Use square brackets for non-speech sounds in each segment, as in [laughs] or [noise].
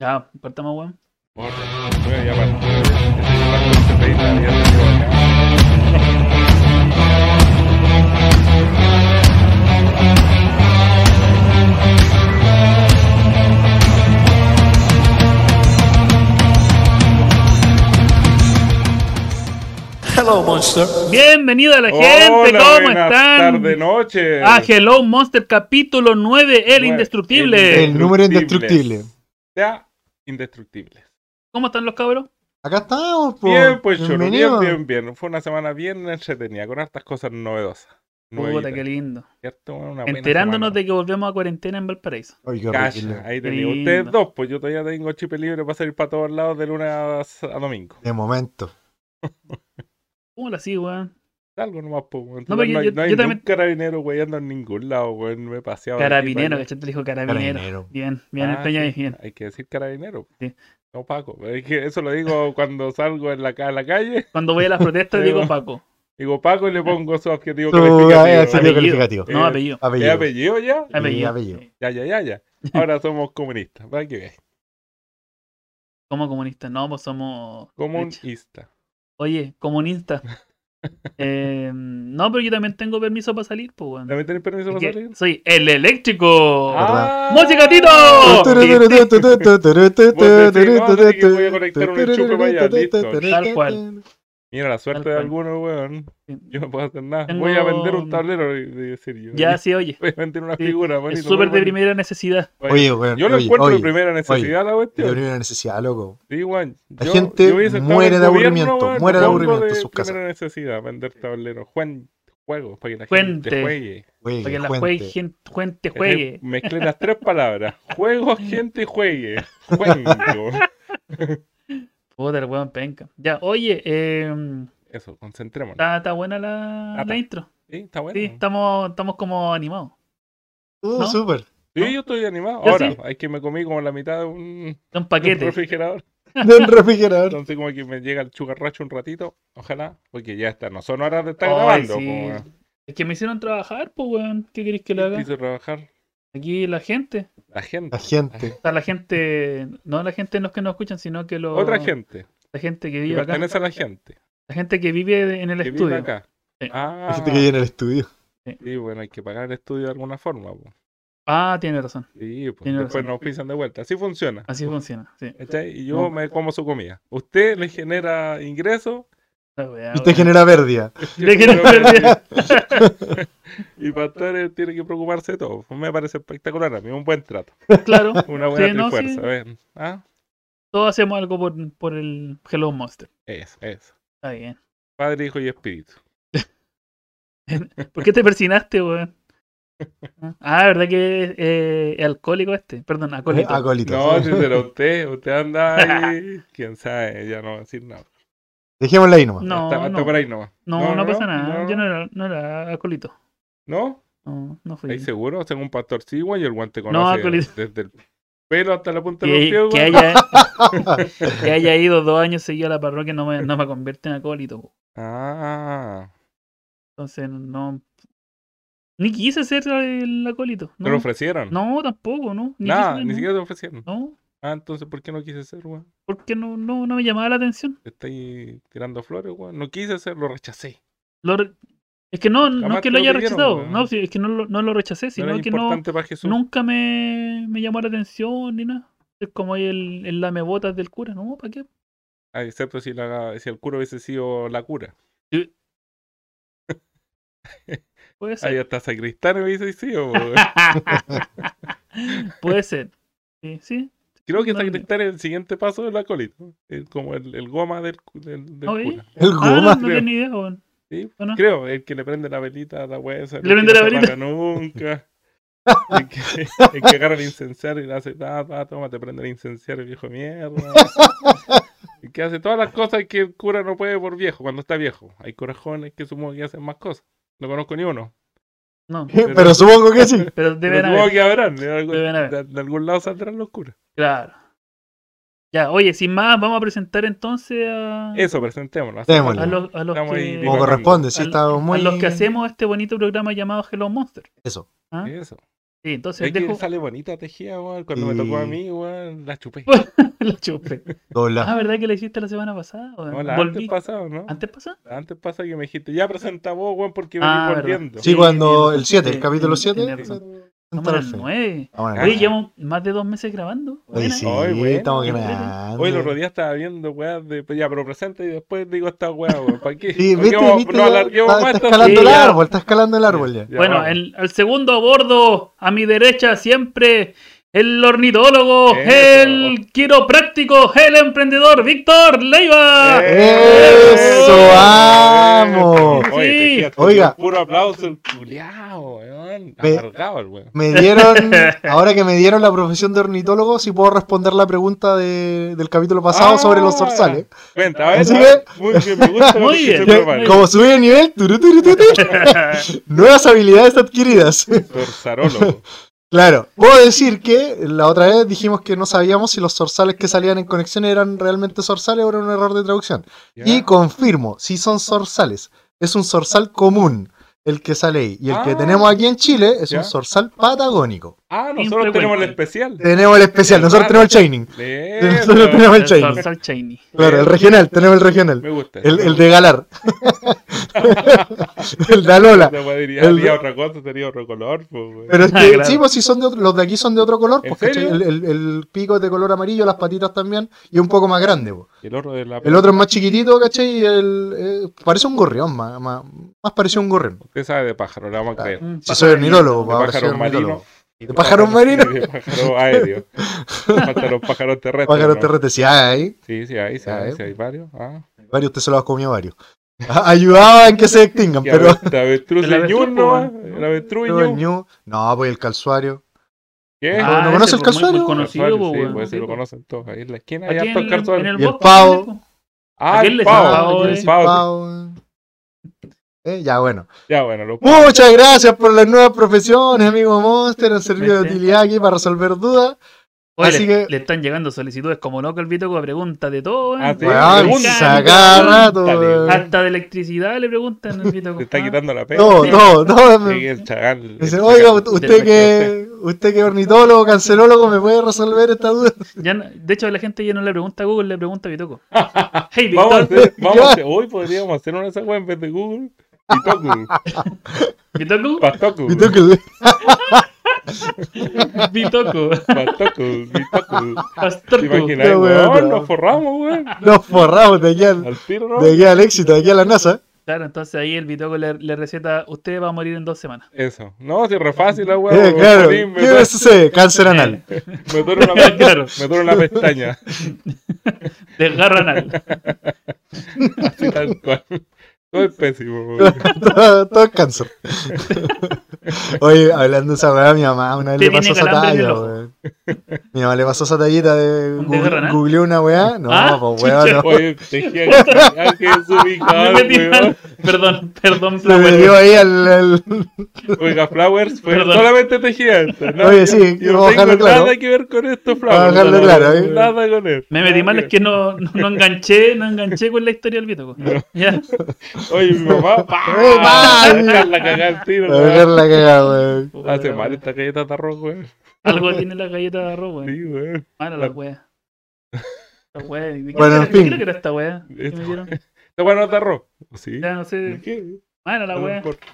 Ya, partamos, weón. Bueno, ya partió. Este es el barco de 30 días que va acá. Hello, monster. Bienvenido a la gente, Hola, ¿cómo buenas eh. están? Tarde, noche. A Hello Monster capítulo 9, El Nueve, Indestructible. El número indestructible. Ya, indestructibles. ¿Cómo están los cabros? Acá estamos, po. Bien, pues choro, bien, Bienvenido. bien, bien. Fue una semana bien entretenida, con hartas cosas novedosas. Puta, qué Nuevitas, lindo. ¿cierto? Una buena Enterándonos semana. de que volvemos a cuarentena en Valparaíso. Ay, qué Cacha, horrible. ahí tenía Lindo. ustedes dos, pues yo todavía tengo chip libre para salir para todos lados de lunes a, a domingo. De momento. ¿Cómo la sigo, weón? Algo nomás, pues. weón. No, porque no hay, yo- no hay yo ni un también- carabinero weyando en ningún lado, weón. Me he paseado. de aquí para Carabinero, allá. que te dijo carabinero. Carabinero. Bien, bien, Ah, el Peña, sí, bien. Hay que decir carabinero. Sí. No, Paco. pero es que eso lo digo cuando salgo en la, ca- a la calle. Cuando [laughs] voy a las protestas digo Digo, Paco. Digo Paco y le pongo su adjetivo Su ah, calificativo. serio Apellido. calificativo. No, Eh, apellido. ¿Es Apellido. apellido ya? Apellido. apellido. Ya, ya, ya, ya. [laughs] Ahora somos comunistas. ¿Para qué ves? Como comunistas, no, pues somos. Pucha. Comunista. Oye, [laughs] comunista. Eh, no, pero yo también tengo permiso para salir, pues, weón. ¿También tenés permiso para Que salir? Soy el eléctrico. ¡Ah! Oh. ¡Música, Tito! Vos Sí, sí. Oh, decís, no, así que voy a conectar un enchufe para allá, listo. Tal cual. Mira, la suerte Tal de cual. algunos, weón. Yo no puedo hacer nada. Tengo- Voy a vender un tablero, y- y decir yo. Ya, sí, oye. [laughs] Voy a vender una Sí, figura, bonito, Es súper muy de bonito. primera necesidad. Oye, weón. Yo lo oye, encuentro oye, de primera necesidad la De cuestión. primera necesidad, loco. Sí, weón. La Yo- gente yo hubiese estado muere en de gobierno, aburrimiento, weón, muere de pongo aburrimiento en sus primera necesidad, vender tablero. Juan, juegos, para que la gente Cuente. juegue. Juegue, Para que la cuente. juegue, gente, gente juegue. Mezclé las tres palabras. Juegos, gente y juegue. Juego. Puta, el weón penca. Ya, oye, eh, Eso, concentrémonos. está, está buena la, Ah, la está. intro. Sí, está bueno. Sí, estamos, estamos como animados. Oh, ¿no? [laughs] súper. Sí, yo estoy animado. Yo Ahora, sí. es que me comí como la mitad de un, Es un de un paquete. refrigerador. Del refrigerador. Entonces, como que me llega el chugarracho un ratito. Ojalá, porque ya está. No son horas de estar Ay, grabando. sí. como- Es que me hicieron trabajar, pues, weón. ¿Qué queréis que le haga? Hizo trabajar Aquí la gente. la gente. La gente. O sea, la gente, no la gente no es que nos escuchan, sino que los, Otra gente. la gente que Que vive acá. pertenece a la gente. La gente que vive en el que vive estudio. acá. Sí. La Ah, gente que viene al estudio. sí, bueno, hay que pagar el estudio de alguna forma. po. Ah, tiene razón. Sí, pues, Tiene después razón. nos pisan de vuelta. Así funciona. Así funciona. Sí. ¿cachai? Y No. yo me como su comida. Usted le genera ingresos. La weá, Usted weón. genera pérdida. eh, yo Le genero genero- [laughs] y para estar eh, tiene que preocuparse de todo. Pues Me parece espectacular a mí. Un buen trato. Claro, Una buena Sí, no, trifuerza. sí. ven. Ah, todos hacemos algo por, por el Hello Monster. eso, eso. Está bien. Padre, Hijo y Espíritu. ¿Por qué te persinaste, weón? Ah, ¿verdad que es eh, es alcohólico este? Eh, Perdón, alcohólico. Acólito. No, si será usted. Usted anda [laughs] ahí. Quién sabe, ya no va a decir nada. Dejémosla ahí nomás. No, Hasta- hasta no, por ahí nomás. no, No, no no, pasa no, nada. no. Yo no era, no era alcoholito. ¿No? No, no fui. ¿Ahí seguro? Tengo un pastor sí, güey, y el guante pues. No, conoce Acolito. desde el pelo hasta la punta de los Que, pies, que güey. haya, que haya ido dos años seguido a la parroquia no me, no me convierte en alcohólico. po. Ah, Entonces, no. Ni quise ser el alcoholito. ¿te lo No, ofrecieron? no tampoco, ¿no? Ni Nada, quise, ni no. siquiera te lo ofrecieron. No, Ah, entonces, ¿por qué no quise ser, güey? porque no, no, no me llamaba la atención. Te estáis tirando flores, güey. No quise ser, lo rechacé. Lo re- Es que no, no Jamás es que te lo lo haya pidieron, rechazado. weón. No, sí, es que no, lo- no lo rechacé, No sino era que no, importante para Jesús. nunca me, me llamó la atención ni nada. Es como ahí el, el lamebotas del cura, ¿no? ¿Para qué? Ah, excepto si, la, si el cura hubiese sido la cura. Puede Ahí ser. hasta sacristán hubiese sido, [laughs] güey. Puede ser. Sí, sí. Creo que No, no. sacristán es el siguiente paso del acólito. Es como el, el goma del, cu- del, del Ah, ¿eh? cura. [laughs] Ah, El no, goma. no creo. tenía idea, weón. Sí, ¿O no? Creo, el que le prende la velita a la huesa. Le prende la velita. [laughs] Nunca. El que, el que agarra el incenciario y le hace, ah, ah, toma, te prende el incenciario, viejo [laughs] mierda. El que hace todas las cosas que el cura no puede por viejo, cuando está viejo. Hay corajones que supongo que hacen más cosas. No conozco ni uno. No, Pero supongo que sí. pero eh, Pero deben supongo haber. que habrán. De algún, Deben haber. de- de algún lado saldrán los curas. Claro. Ya, oye, sin más, vamos a presentar entonces a, Eso, presentémonos. Démosle. a los, a los Estamos ahí, que, Como divagando. corresponde, si a lo- está a muy. los que hacemos este bonito programa llamado Hello Monster. Eso. ¿Ah? Eso. Sí, entonces Es que dejo sale bonita tejida, weón. Cuando me tocó a Sí. mí, weón, la chupé. Bueno, [laughs] la chupé. Ah, Dobla. ¿verdad que la hiciste la semana pasada? weón? No, la Volví. antes pasado, ¿no? ¿Antes pasada? Antes pasa que me dijiste, ya presenta vos, weón, porque Ah, venís verdad. volviendo. Sí, Sí, cuando sí, el 7, el sí, capítulo sí, 7. tenés razón. Estamos en el 9. Ah. Oye, llevamos más de dos meses grabando. Oye, Buena. sí, Ay, bueno. estamos Entrete. grandes. Hoy el otro día estaba viendo weas de. pues Ya, pero presenta y después digo esta wea, weón. ¿Para qué? Sí, ¿Para viste, qué vamos- viste, no ya alarguemos más está, está esta escalando el Sí, ya. árbol, está escalando el [laughs] árbol ya. Ya, bueno, vamos. el, el segundo a bordo, a mi derecha siempre, el ornitólogo, Eso. el quiropráctico, el emprendedor, Víctor Leiva. Eh, ¡Eso, vamos! Oye, Sí. tejía, hasta Oiga. dio Puro aplauso, el culiao, weón. Ve- Alargado el weón. Me dieron, ahora que me dieron la profesión de ornitólogo, si puedo responder la pregunta de- del capítulo pasado Ah. sobre los zorzales. Cuenta, a ver. Así a ver. Muy bien, me gusta. Muy lo que bien. se Ya, prepara. [laughs] Como subí de nivel, turu, turu, turu, turu, [laughs] nuevas habilidades adquiridas. [laughs] Torzarólogo. Claro, puedo decir que la otra vez dijimos que no sabíamos si los zorzales que salían en conexión eran realmente zorzales o era un error de traducción. Ya. Y confirmo, si son zorzales. Es un zorzal común el que sale ahí. Y el que Ah. tenemos aquí en Chile es Ya. un zorzal patagónico. Ah, nosotros Infrecuente. tenemos el especial. Tenemos el especial, Ya, claro. nosotros tenemos el chaining. Eso. Eh, Nosotros tenemos el El chaining. Dorsal Cheney. Claro, el regional, tenemos el regional. Me gusta. El, el de Galar. [laughs] el de [laughs] Alola. No me diría, El- haría otra cosa, sería otro color. Pues, güey. Pero es Ah, que, claro. sí, pues si son de otro- los de aquí son de otro color, ¿En pues, ¿cachai? serio? el, el- el pico es de color amarillo, las patitas también, y un poco más grande. po. el otro de la. El otro es más chiquitito, ¿cachai? Y el, eh, parece un gorrión, más, más, más parecido a un gorrión. Usted sabe de pájaro, la vamos a creer. Un Si soy ornitólogo, De pues, ahora soy pájaro marino. ornitólogo. ¿De pájaro marino? Sí, De [laughs] pájaro [laughs] aéreo. Hasta los pájaros terrestres. Pájaro ¿no? terrestre, sí, hay, Sí, sí, ahí sí, Ah, hay, eh. sí, hay varios. Ah. varios, usted se los ha [laughs] comido varios. A- Ayudaba en que se extingan, Y pero. ave- de avestruz El y avestruz, ñu, ¿no? pues, ¿no? El avestruz y [laughs] pero el ñu. ñu- No, pues el calzuario. ¿Qué? Ah, ¿no conoce el ese, pues, muy- Casuario? Muy conocido, Casuarios, po, sí, weón. pues, Sí, se lo po. conocen todos. Ahí en la esquina hay Aquí en hartos el- en cartones. el Y el bosque, pavo. sí, pues. po. Ah, aquel el le pavo. sacaba, yo eh. el decía pavo. pavo. Eh, ya, bueno. Ya, bueno, los pavos. Muchas gracias por las nuevas profesiones, amigo Monster. Han servido de Vete. utilidad aquí para resolver dudas. Oye, le, Así que- le están llegando solicitudes como loco el Vito que pregunta de todo, weón. Ah, sí. Weón, pregunta, saca cada rato, pregúntale. weón. Hasta de electricidad le preguntan al Vito. Se está compadre. quitando la pena. Todo, todo, todo. Sí, Me el chagal. dice, el oiga, chagal. usted que, usted que es ornitólogo, cancerólogo, ¿me puede resolver esta duda? Ya no- de hecho, la gente ya no le pregunta a Google, le pregunta a [laughs] Bitoco. Hey, Vamos a Víctor, [laughs] hacer, vamos a hacer, hoy podríamos hacer una de esas weas en vez de Google. Y Toku, [laughs] [laughs] Bitoco, Pastoku, Y tú que- [laughs] Bitoco, Pastoku, Bitoku. ¿Te Astorco. imagináis, Qué bueno. weón? Nos forramos, weón. Nos forramos de aquí, al, Al tiro, ¿no? de aquí al éxito, de aquí a la NASA. Claro, entonces ahí el Bitoco le, le receta, usted va a morir en dos semanas. Eso. No, si es re fácil la weón. Eh, weón, claro, morí, me, ¿qué me sucede? Cáncer anal. duele- me [laughs] duele una Claro. pestaña. Me duele una pestaña. Desgarro [laughs] anal. Así tal cual. Todo es pésimo, weón. todo, todo es cáncer. [laughs] Oye, hablando de esa weá, mi mamá una vez Te le viene pasó esa calambre en el talla, ojo. weón. Mi mamá le pasó esa tallita de ¿Un gu- desgarranal? googleó una weá. No, Ah, pues weá, chucha. no. Oye, tejía [laughs] el chagal que es ubicado, Me metí mal. weón. Perdón, perdón, Se me dio ahí al. al- Oiga, Flowers, fue Perdón. solamente tejía esto, ¿no? Oye, sí, Yo vamos a no tengo dejarlo claro. nada que ver con esto, Flowers. Vamos a dejarlo no, claro, ¿eh? Nada con él. Me metí mal, es que no, no, no enganché, no enganché con la historia del Bitoco. Ya. Oye, mi [laughs] mamá. ¡pa! ¡Eh, pa! A dejarla cagar el tiro, a ver la cagada, weón. weón. [laughs] Hace mal esta galleta de arroz, weón. Algo tiene la galleta de arroz, weón. Sí, weón. Mala Ah, la wea. [laughs] La wea. ¿De qué Bueno, era- en de qué fin. era que era esta wea? ¿Qué Esta me dieron? Esta weá no es de arroz. Sí. Ya no ¿De sé. qué? Mala la No wea. importa.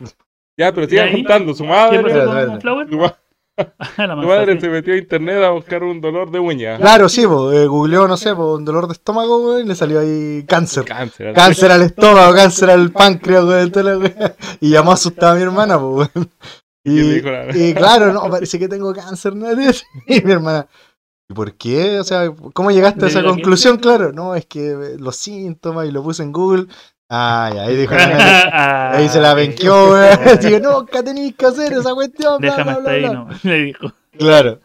Ya, pero ¿Y sigan ahí? contando. Su ¿Qué madre. pasó Espérate, con- con espérate. Flower? Su, ma- [laughs] Ah, la su madre manzana. se metió a internet a buscar un dolor de uña. Claro, sí, po, eh, googleó, no sé, po, un dolor de estómago, weón, y le salió ahí cáncer. Cáncer. Cáncer al estómago, cáncer al páncreas, weón, toda la weá. Y llamó asustada a mi hermana, po, weón. Y Y, dijo la- y claro, no, parece que tengo cáncer, ¿no? [laughs] Y mi hermana, ¿y por qué? O sea, ¿cómo llegaste a esa ¿Debido a qué? conclusión? Claro, no, es que eh, los síntomas y lo puse en Google. Ah, ya, ahí dijo la nena, [laughs] Ah, [laughs] Ahí se la sí. venqueó, [laughs] weón. [laughs] Digo, no, ¿qué tenéis que hacer esa cuestión? Bla, Déjame bla, hasta bla, ahí, bla. no. [laughs] Le dijo. Claro.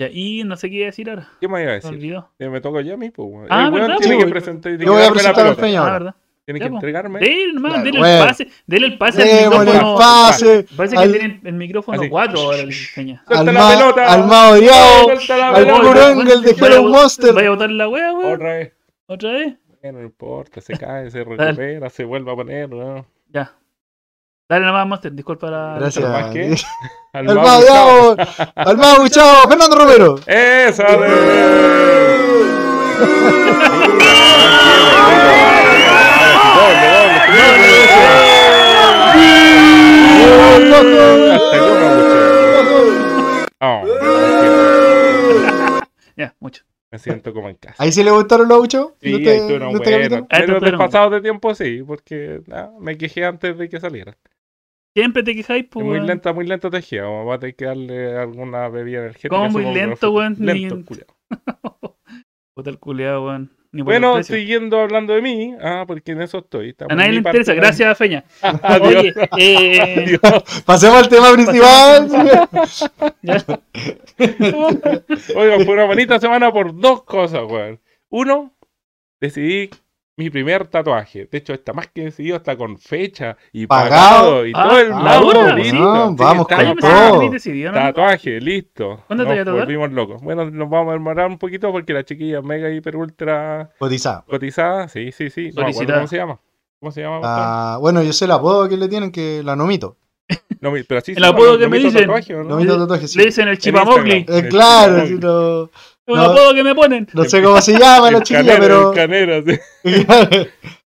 Ya, y no sé qué iba a decir ahora. ¿Qué me iba a Se me decir? olvidó. Eh, Me toca ya a mí, pues, weón. Ah, El weón ¿verdad, tiene po? que presentar. tiene Yo que voy a darme la presentar al pelota. Peña Ah, ahora. verdad. Tiene Ya, que po. entregarme. Dele, hermano, Claro, dele bueno. el pase. Dele el pase al Démosle el micrófono. pase Parece al- que tiene el micrófono Así. 4 ahora el Peña. al, ¡Suelta la ma- pelota! al más odiado, ¡Suelta la al Voy a pelota! votar- Murungle de voy a Hello vot- Monster. Voy a botar la wea, weón. Otra vez. Otra vez. [laughs] Eh, No importa, se cae, se recupera, se vuelve a poner, ¿no? Ya. Dale nomás, Monster, disculpa la. Gracias. ¿Más qué? Al Al Mau, chao. Mau, chao. Al Mau, chao. Fernando Romero. ¡Esa de! Doble, doble, triple, doble. Hasta que uno buchea. Oh, me siento- Ya, mucho. me siento como en casa. Ahí sí le gustaron los auchos. Sí, ¿De este- ahí tú no, de este bueno. capítulo? Ah, Pero tú no. pasado de tiempo sí, porque ah, me quejé antes de que saliera. Siempre te quejáis, Es pues. muy weón. lenta, muy lenta tejida. Vamos a tener que darle alguna bebida energética. ¿Cómo muy supongo, lento, pero- weón? Lento, Ni- culiao. [laughs] Puta el culiao, weón. Ni por el Bueno, precio. siguiendo hablando de mí, ah, porque en eso estoy. estamos A en nadie mi le parte interesa, de- gracias Feña. Adiós. [laughs] Oye, eh, Pasemos al tema principal. Oigan, fue una bonita semana por dos cosas, weón. Uno, decidí mi primer tatuaje. De hecho, está más que decidido, está con fecha y pagado, Pagado. y Ah, todo el ah, mambo, ahora. listo. No, Sí, vamos ah, yo está con ahí, pensé que todo. habéis decidido, ¿no? Tatuaje, listo. ¿Cuándo te Nos voy a tatuar? volvimos locos. Bueno, nos vamos a enmorar un poquito porque la chiquilla mega, hiper, ultra Cotizado. cotizada. Sí, sí, sí. No me acuerdo Solicitada. ¿Cómo se llama? ¿Cómo se llama? Gustavo? Ah, bueno, yo sé el apodo que le tienen, que la nomito. No, mi- pero así el se llama, apodo ¿no? que me Nomito dicen. Tatuaje, ¿o no? Nomito tatuaje, sí. Le dicen el En chipamogli, Instagram. Eh, claro, El si no, un No. apodo que me ponen. no sé cómo se llama la chiquilla, canero, pero. el canero, sí.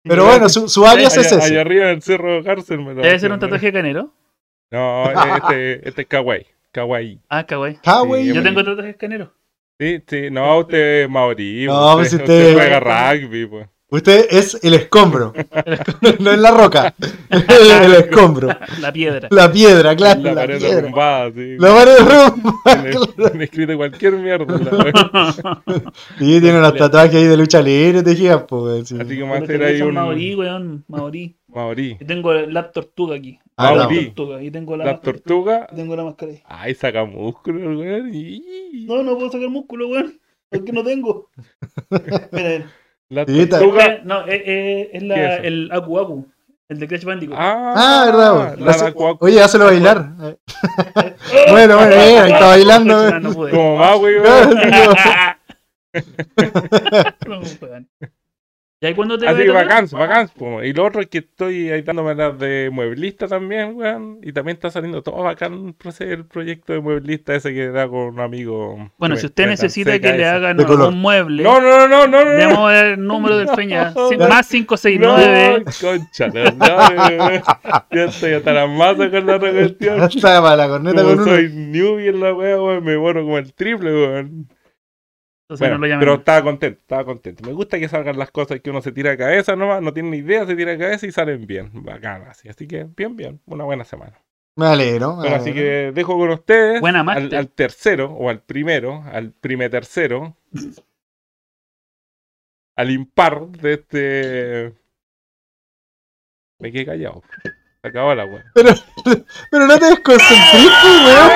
Pero bueno, su, su alias es allá, allá ese. arriba en el cerro Garcel me lo Debe ser un hacen, ¿no? tatuaje canero. [laughs] No, este, este es kawaii. Kawaii. Ah, kawaii. Kawaii. Yo bonito. tengo tatuajes caneros. Sí, sí. No, usted es maorí. Este No, usted, pues usted- juega rugby. Pues. Usted es [laughs] el escombro. [laughs] no es la roca. [laughs] el escombro. Ah, La [laughs] piedra. La piedra, [laughs] claro. La pared piedra. derrumbada, sí. La [laughs] pared derrumbada, Le- claro. le han escrito cualquier mierda. la [laughs] wea. Y tiene unos tatuajes ahí de lucha libre, tejidas, pues. sí. Así que Puta, me va a tengo hacer ahí son un Maorí, weón, maorí. maorí. Yo tengo la tortuga aquí. Ah, la Maorí. tortuga. Y tengo la, La máscara. tortuga. Tengo la máscara ahí. Ay, saca músculo, el weón. y- No, no puedo sacar músculo, weón. Porque no [laughs] tengo. Espera, La Sí, está- tortuga. no, eh, eh, es ¿Qué la, es eso? el Aku Aku. El de Crash Bandicoot. Ah, Ah, verdad. La, Lo hace- la cua- Oye, [laughs] hazlo bailar. Bueno, [laughs] bueno, bien, ahí está bailando. eh. No, no pude. como más, [laughs] weón. no, [laughs] weón. ¿Y ahí cuándo te Así voy que a tocar? bacán, bacán. po. Y lo otro es que estoy ahí dándome las de mueblista también, weón. Y también está saliendo todo bacán proce- el proyecto de mueblista ese que da con un amigo. Bueno, que si me- usted me necesita transeca que le ese. hagan De color. un mueble, No, no, no, no, no. no. demos el número del Peña. Cin- No. Más No, 569. concha, no, no, no. Yo estoy hasta la masa con la otra [laughs] cuestión. Está para la corneta con Como uno. soy newbie en la wea, weón, me muero como el triple, weón. Entonces Bueno, no lo llamen. pero estaba contento, estaba contento. Me gusta que salgan las cosas que uno se tira a cabeza nomás, no tiene ni idea, se tira a cabeza y salen bien, bacán así. Así que bien, bien, una buena semana. Me alegro. me Bueno, así alegro. que dejo con ustedes Buena al, máster. al tercero, o al primero, al primer tercero, al impar de este... Me quedé callado. Se acabó la wea. Pero no te desconcentriste, weón.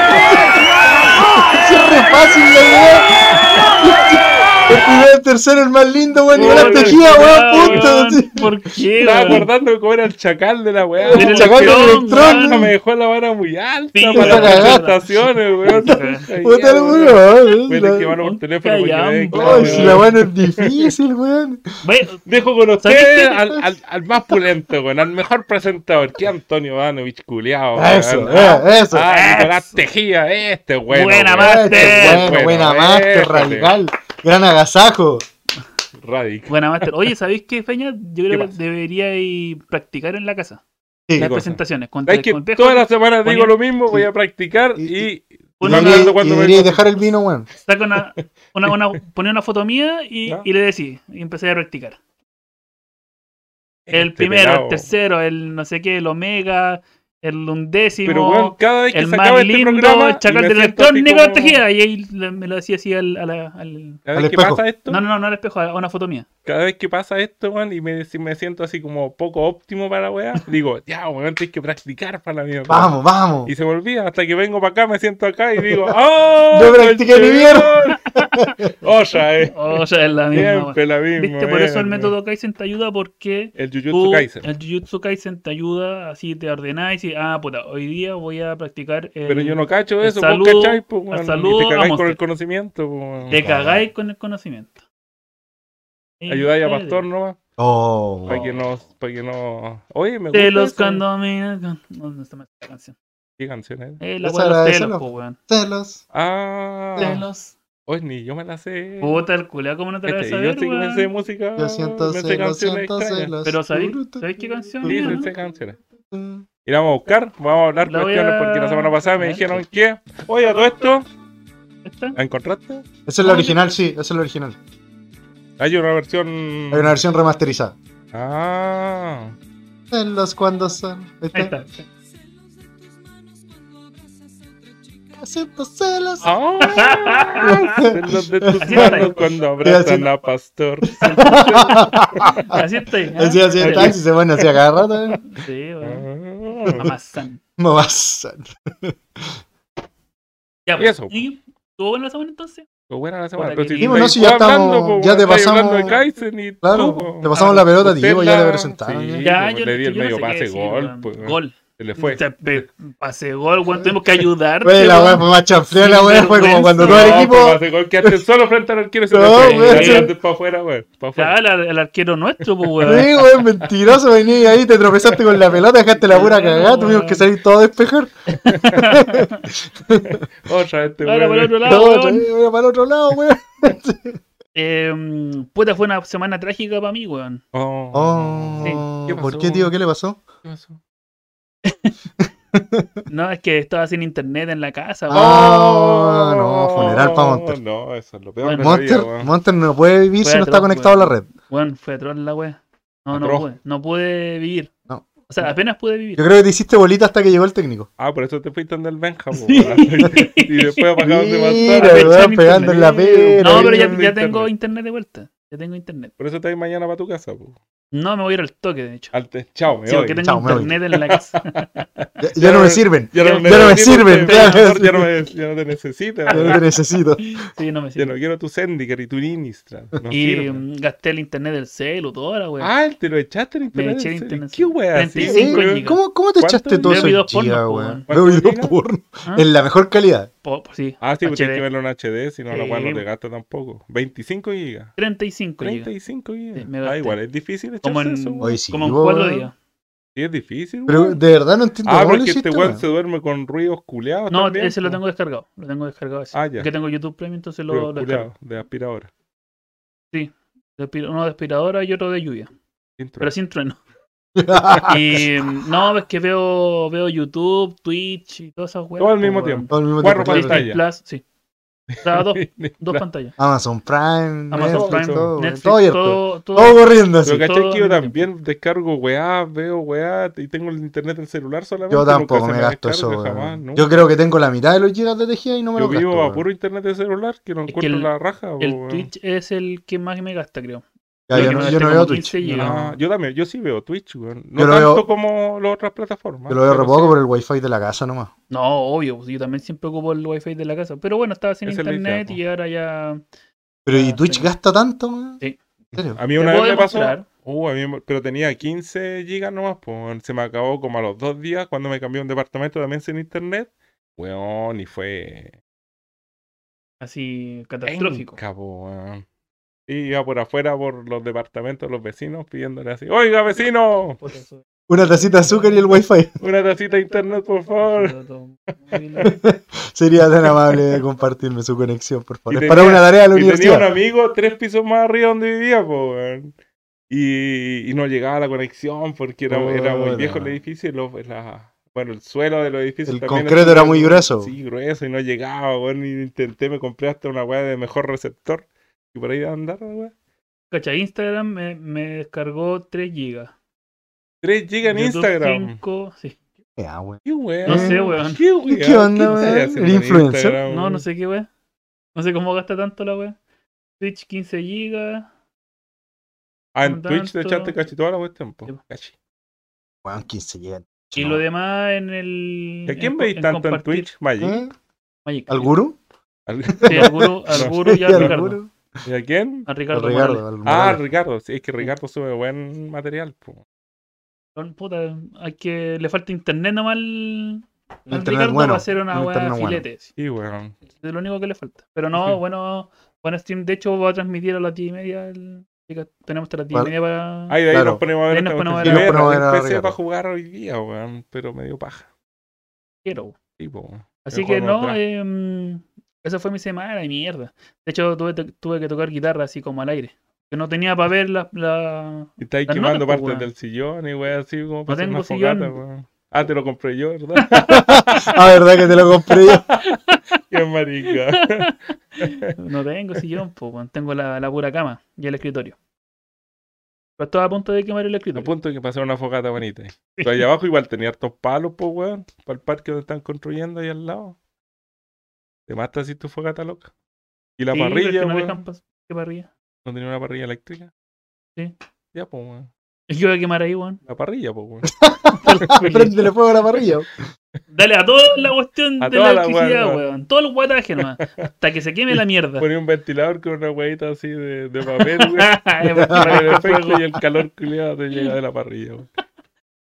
Si es re fácil la weón. [laughs] El primero, el tercero, el más lindo, weón. Y la Oye, tejida, Ah, weón, punto. weón, sí. ¿Por qué? Estaba weón? acordando de cómo era el chacal de la wea. Del El chacal electrón, del electrón, weón. me dejó la vara muy alta Sí, para esa las cagada. presentaciones, [laughs] weón. Puta el weón. weón. Voy a tener que llamarlo por Un teléfono porque callambo. ven, claro, Ay, si la weón. weón es difícil, weón. Ve- Dejo con ¿Sabes ustedes qué? al, al, al más pulento, weón, al mejor presentador, que Antonio Ivanovich culiao. weón. Eso, ah, eh, eso. ah, eso. Nicolás Tejía, este bueno. Buena weón. máster. Este Bueno, bueno, buena este máster, radical. Gran agasajo. Radical. Buena Master. Oye, ¿sabéis qué, Feña? Yo creo que pasa? deberíais practicar en la casa. Sí, Las cosa? presentaciones. Contra ¿Sabes el que espejo, todas las semanas ponía- digo lo mismo? Voy a practicar y. Y- Uno no- me acuerdo Debería- cuando me- debería dejar el vino, weón. saca una, una, una, ponía una foto mía y, ¿Ya? y le decís. Y empecé a practicar. El Este primero, pelao. el tercero, el no sé qué, el omega, el undécimo, Pero, weón, cada vez que el se más acaba este lindo, programa. el chacal me del siento así electrón, Nicolás como- Tejeda. Y ahí le- me lo decía así al, a la- al- Cada Al vez que espejo. pasa esto, No, no, no, no al espejo, a una foto mía. cada vez que pasa esto, weón, y me, si me siento así como poco óptimo para la [laughs] weá, digo, ya, weón, tienes que practicar para la mierda. Vamos, vamos. Y se me olvida, hasta que vengo para acá, me siento acá y [laughs] digo, ¡Oh! No practiqué ni mierda. [laughs] Oya, eh. O sea, Oh, es [laughs] la misma. weón. Siempre la misma. ¿Viste? Por eso el mierda. método Kaizen te ayuda porque El Jujutsu tú, eh, Kaisen. el Jujutsu Kaisen te ayuda, así te ordenáis y, ah, puta, hoy día voy a practicar. el- Pero yo no cacho el eso, vos saludo- cacháis, pues, el weón. saludo Y te a cagáis con Monster. el conocimiento, pues, weón. Te cagáis con el conocimiento. Ayudáis a Cállate. Pastor nomás. Oh, Para que no, para que no. Oye, me gusta. De los eso. condominios. con- No, no está mal esta canción. ¿Qué canción es? Eh, la Esa weá de era- los esa telos, no. po, weón. celos. Ah. Telos. Oye, ni yo me la sé. Puta el culiao, ¿cómo no te la vas a Este, yo saber, sí que me sé weón? música. Yo siento Ah, me sé celos, canciones siento extrañas. celos. Pero ¿sabéis- sabéis qué canción Sí, es, me no? sé canciones. Y la vamos a buscar, vamos a hablar La voy cuestiones a- porque la semana pasada me a ver. dijeron que, oye, a todo esto, [laughs] ¿Esta? ¿la encontraste? Esa es Ah, la original, sí, esa es la original. Mm. Hay una Hay versión. una versión remasterizada. Ah, Celos cuando son. Ahí Ahí está. está. Siento celos. Ah. ah, son los de tus Así está. manos cuando Sí, así- abrazan a pastor. Así estoy. ¿ah? Así, así en taxi se van así agarrado. [laughs] Sí, weón. Ah. Mamazán. No vas. Ya, pues, Y eso. ¿Y ¿Estuvo buena la semana entonces? Pues buena la semana. Puta, pero que si Digo, no, estáis si ya tú hablando, estamos- po, ya te estáis hablando pasamos- de Kaizen y Claro, tú, po. te pasamos la pelota, Diego, ya ah, Usted le la- presentaron. sí, ya. Ya, po, yo le di el yo no medio sé qué pase decir, gol, weón. pues, weón. Gol. se le fue. Te- pe- Pase gol, weón. Tenemos que ayudarte. Güey, la weá weón. fue más chanflea, la weá fue como cuando todo el No, equipo. pues, hace gol, quedaste [laughs] solo frente al arquero y se No, pues, te fue. weón, Ahí sí. antes pa' afuera, weón, pa' afuera. Ya, el, ar- el arquero nuestro, pues, weón. Sí, weón, mentiroso, vení ahí, te tropezaste con la pelota, dejaste la pura cagada, tuvimos que salir todo a despejar. Otra vez te Claro, vuelve. por otro lado, Todo, weón. weón, para el otro lado, weón. Eh, puta, fue una semana trágica para mí, weón. Oh. Oh, ¿Qué ¿por pasó? qué, tío? ¿Qué le pasó? ¿Qué pasó? No, es que estaba sin internet en la casa, weón. Ah, no, funeral pa' Monter. No, eso es lo Bueno, peor. de la vida, Monster, weón. Monster no puede vivir Fue si no está atroz, conectado a la red. Weón, fue atroz la weá. No, no Atroz. pude. No pude vivir. No. O sea, apenas pude vivir. Yo creo que te hiciste bolita hasta que llegó el técnico. Ah, por eso te fuiste donde el Benja, po, weón. Y [laughs] después apagaron de Mira, WhatsApp. Aprovechan weón, pegando en la internet. pera. no, pero ya, no ya hay internet. tengo internet de vuelta. Ya tengo internet. Por eso estás mañana para tu casa, po. No, me voy a ir al toque, de hecho. Al te- Chao, Ah, me Sí, voy. porque tengo Chao, me voy. internet en la [laughs] casa. Ya- ya no me sirven. Ya ya no me ya sirven, te- ya. Ya no me- ya no te necesito. Ya [laughs] no te necesito. Sí, no me Ya sirve. no quiero tu Sendiker y tu Ninistra. No y sirven. mm, gasté el internet del celu, toda la weá. Ah, te lo echaste en internet. eché en en serio? internet, ¿Qué sí. wea? así, 35 weón? gigas. Eh, ¿Cómo, cómo te ¿Cuánto echaste todo Veo eso en videos porno, giga, po, weón? weón. Veo videos ¿Cuánto porno. ¿Ah? En la mejor calidad. Po- po- sí, Ah, sí, pues tienes HD. que verlo en HD, si no, la Sí, cual no te weón. gasta tampoco. 25 gigas. 35 gigas. 35 gigas. Sí, Eh, me ah, gasté. igual, es difícil echarse Como en, eso. weón. Oye, sí, como en weón. 4 días. Sí, es difícil, Pero weón. de verdad no entiendo Ah, cómo lo porque este hiciste, weón weón. se duerme con ruidos culeados No, Ah, también, ese lo po. tengo descargado. Lo tengo descargado ese. Ah, ya. Porque tengo YouTube Premium, entonces lo, Ruidos lo descargo. culeados de aspiradora. De aspira- Uno de aspiradora y otro de lluvia. Intro. Pero sin [laughs] trueno. Y mm, no, es que veo, veo YouTube, Twitch y todas esas weas. Todo al po, mismo weón. tiempo. Todo al mismo Cuatro tiempo. pantallas. Disney Plus, sí. O sea, [laughs] dos, dos pantallas. Amazon Prime, Amazon Netflix, Prime, todo, Netflix, todo abierto. Todo, todo, todo, corriendo así. Pero cachai todo que yo al mismo también descargo weá, veo weá, y tengo el internet en celular solamente. Yo nunca tampoco se me gasto eso, descarga weón. jamás, nunca. Yo creo que tengo la mitad de los gigas de tejida y no me Yo lo gasto. vivo a weón. puro internet de celular que no que encuentro el- la raja. po, El weón. Twitch es el que más me gasta, creo. Ya, Yo yo, que no, me yo gasté no como veo 15 Twitch. Yo, gigas. no- Ah, yo también, yo sí veo Twitch, weón. No Yo lo tanto veo- como las otras plataformas. yo lo veo pero re poco por el wifi de la casa nomás. No, obvio, pues, yo también siempre ocupo el wifi de la casa. Pero bueno, estaba sin Esa es la internet idea, y ahora ya. Pero ¿y Ah, Twitch sí. gasta tanto, weón? Sí. ¿En serio? A mí Te una puedo vez me pasó. demostrar. Uh, a mí me- pero tenía 15 gigas nomás, pues se me acabó como a los dos días cuando me cambié a un departamento también sin internet. Weón, y fue Así catastrófico. penca, po, weón. Y iba por afuera por los departamentos de los vecinos pidiéndole así, oiga vecino, Puta, eso- Una tacita de azúcar y el wifi. [laughs] una tacita de internet por favor. [laughs] Sería tan amable de compartirme su conexión, por favor. Y Es para tenía- una tarea de la Y tenía un universidad. amigo tres pisos más arriba donde vivía, po, weón. Y, y no llegaba la conexión porque era, era muy Hola. viejo el edificio. y los- la- bueno, el suelo de los edificios El también concreto era muy grueso. Sí, grueso y no llegaba, weón. Y intenté, me compré hasta una weá de mejor receptor. Y por ahí andar, weón. Cacha, Instagram me, me descargó 3 gigas. 3 gigas en Instagram. 5, sí. Ya, Ah, weón. ¿Qué weón? No sé, weón. ¿Qué weón? ¿Qué onda, ¿Qué estáis weón? haciendo ¿El en influencer? Instagram, No, weón? no sé qué wea. No sé cómo gasta tanto la wea. Twitch 15 gigas. Ah, en Con Twitch te tanto- echaste casi toda la cuestión, po. Sí, po. Cachi. Weón, 15 gigas. Y ¿Eh? lo demás en el. ¿A quién en- veis en tanto en compartir. Twitch? Magic. ¿Eh? Magic. ¿Al guru? ¿Al- ¿Eh? Sí, al guru, al No. guru y ¿Y al [laughs] al Ricardo. guru? [laughs] ¿Y a quién? A Al Ricardo. Ricardo, al Ah, Morales. Ricardo, sí, es que Ricardo sube buen material, po. Morales. Puta, hay que. Le falta internet nomás al. al Internet Ricardo bueno, para hacer una un wea internet bueno. filete. sí. Sí, weón. Es lo único que le falta. Pero no, Ujú. bueno. Bueno, stream. De hecho, va a transmitir a las 10 y media el, Chicos, tenemos hasta las 10 y Vale. media para. Ahí de ahí Claro. nos ponemos a ver. Ahí nos esta ponemos a cuestión. ver. Y nos ponemos a Yo ver a Empecé Ricardo. para jugar hoy día, weón, pero me dio paja. Quiero, weón. Sí, po, weón. Así El que juego no no, trae. eh, mm, esa fue mi semana de mierda. De hecho, tuve, tuve que tocar guitarra así como al aire. Que no tenía para ver la, la- Y estáis Las quemando notas, po, weón. partes del sillón y weón, así como para hacer tengo una fogata, sillón. weón. Ah, te lo compré yo, ¿verdad? [laughs] Ah, verdad que te lo compré yo. Qué marica. No tengo sillón, po, weón. tengo la, la pura cama y el escritorio. Pero estaba a punto de quemar el A escritorio. punto de que pasara una fogata bonita. Pero allá abajo igual tenía hartos palos, pues, weón. Para el parque donde están construyendo ahí al lado. Te mata así tu fogata loca. Y la Sí, pero es que parrilla, no weón. dejan pas- ¿Qué parrilla? No tenía una parrilla eléctrica. Sí. Ya, pues, weón. Yo voy a quemar ahí, weón. La parrilla, pues, [laughs] weón. Prendele fuego a la parrilla. Dale a toda la cuestión A de la toda la electricidad, weá, Pues, weón. Todo el guataje nomás. Hasta que se queme la [laughs] mierda. Ponía un ventilador con una huevita así de, de papel, weón. Es para porque el me efecto fuego. y el calor culiado te llega de la parrilla, weón. [laughs]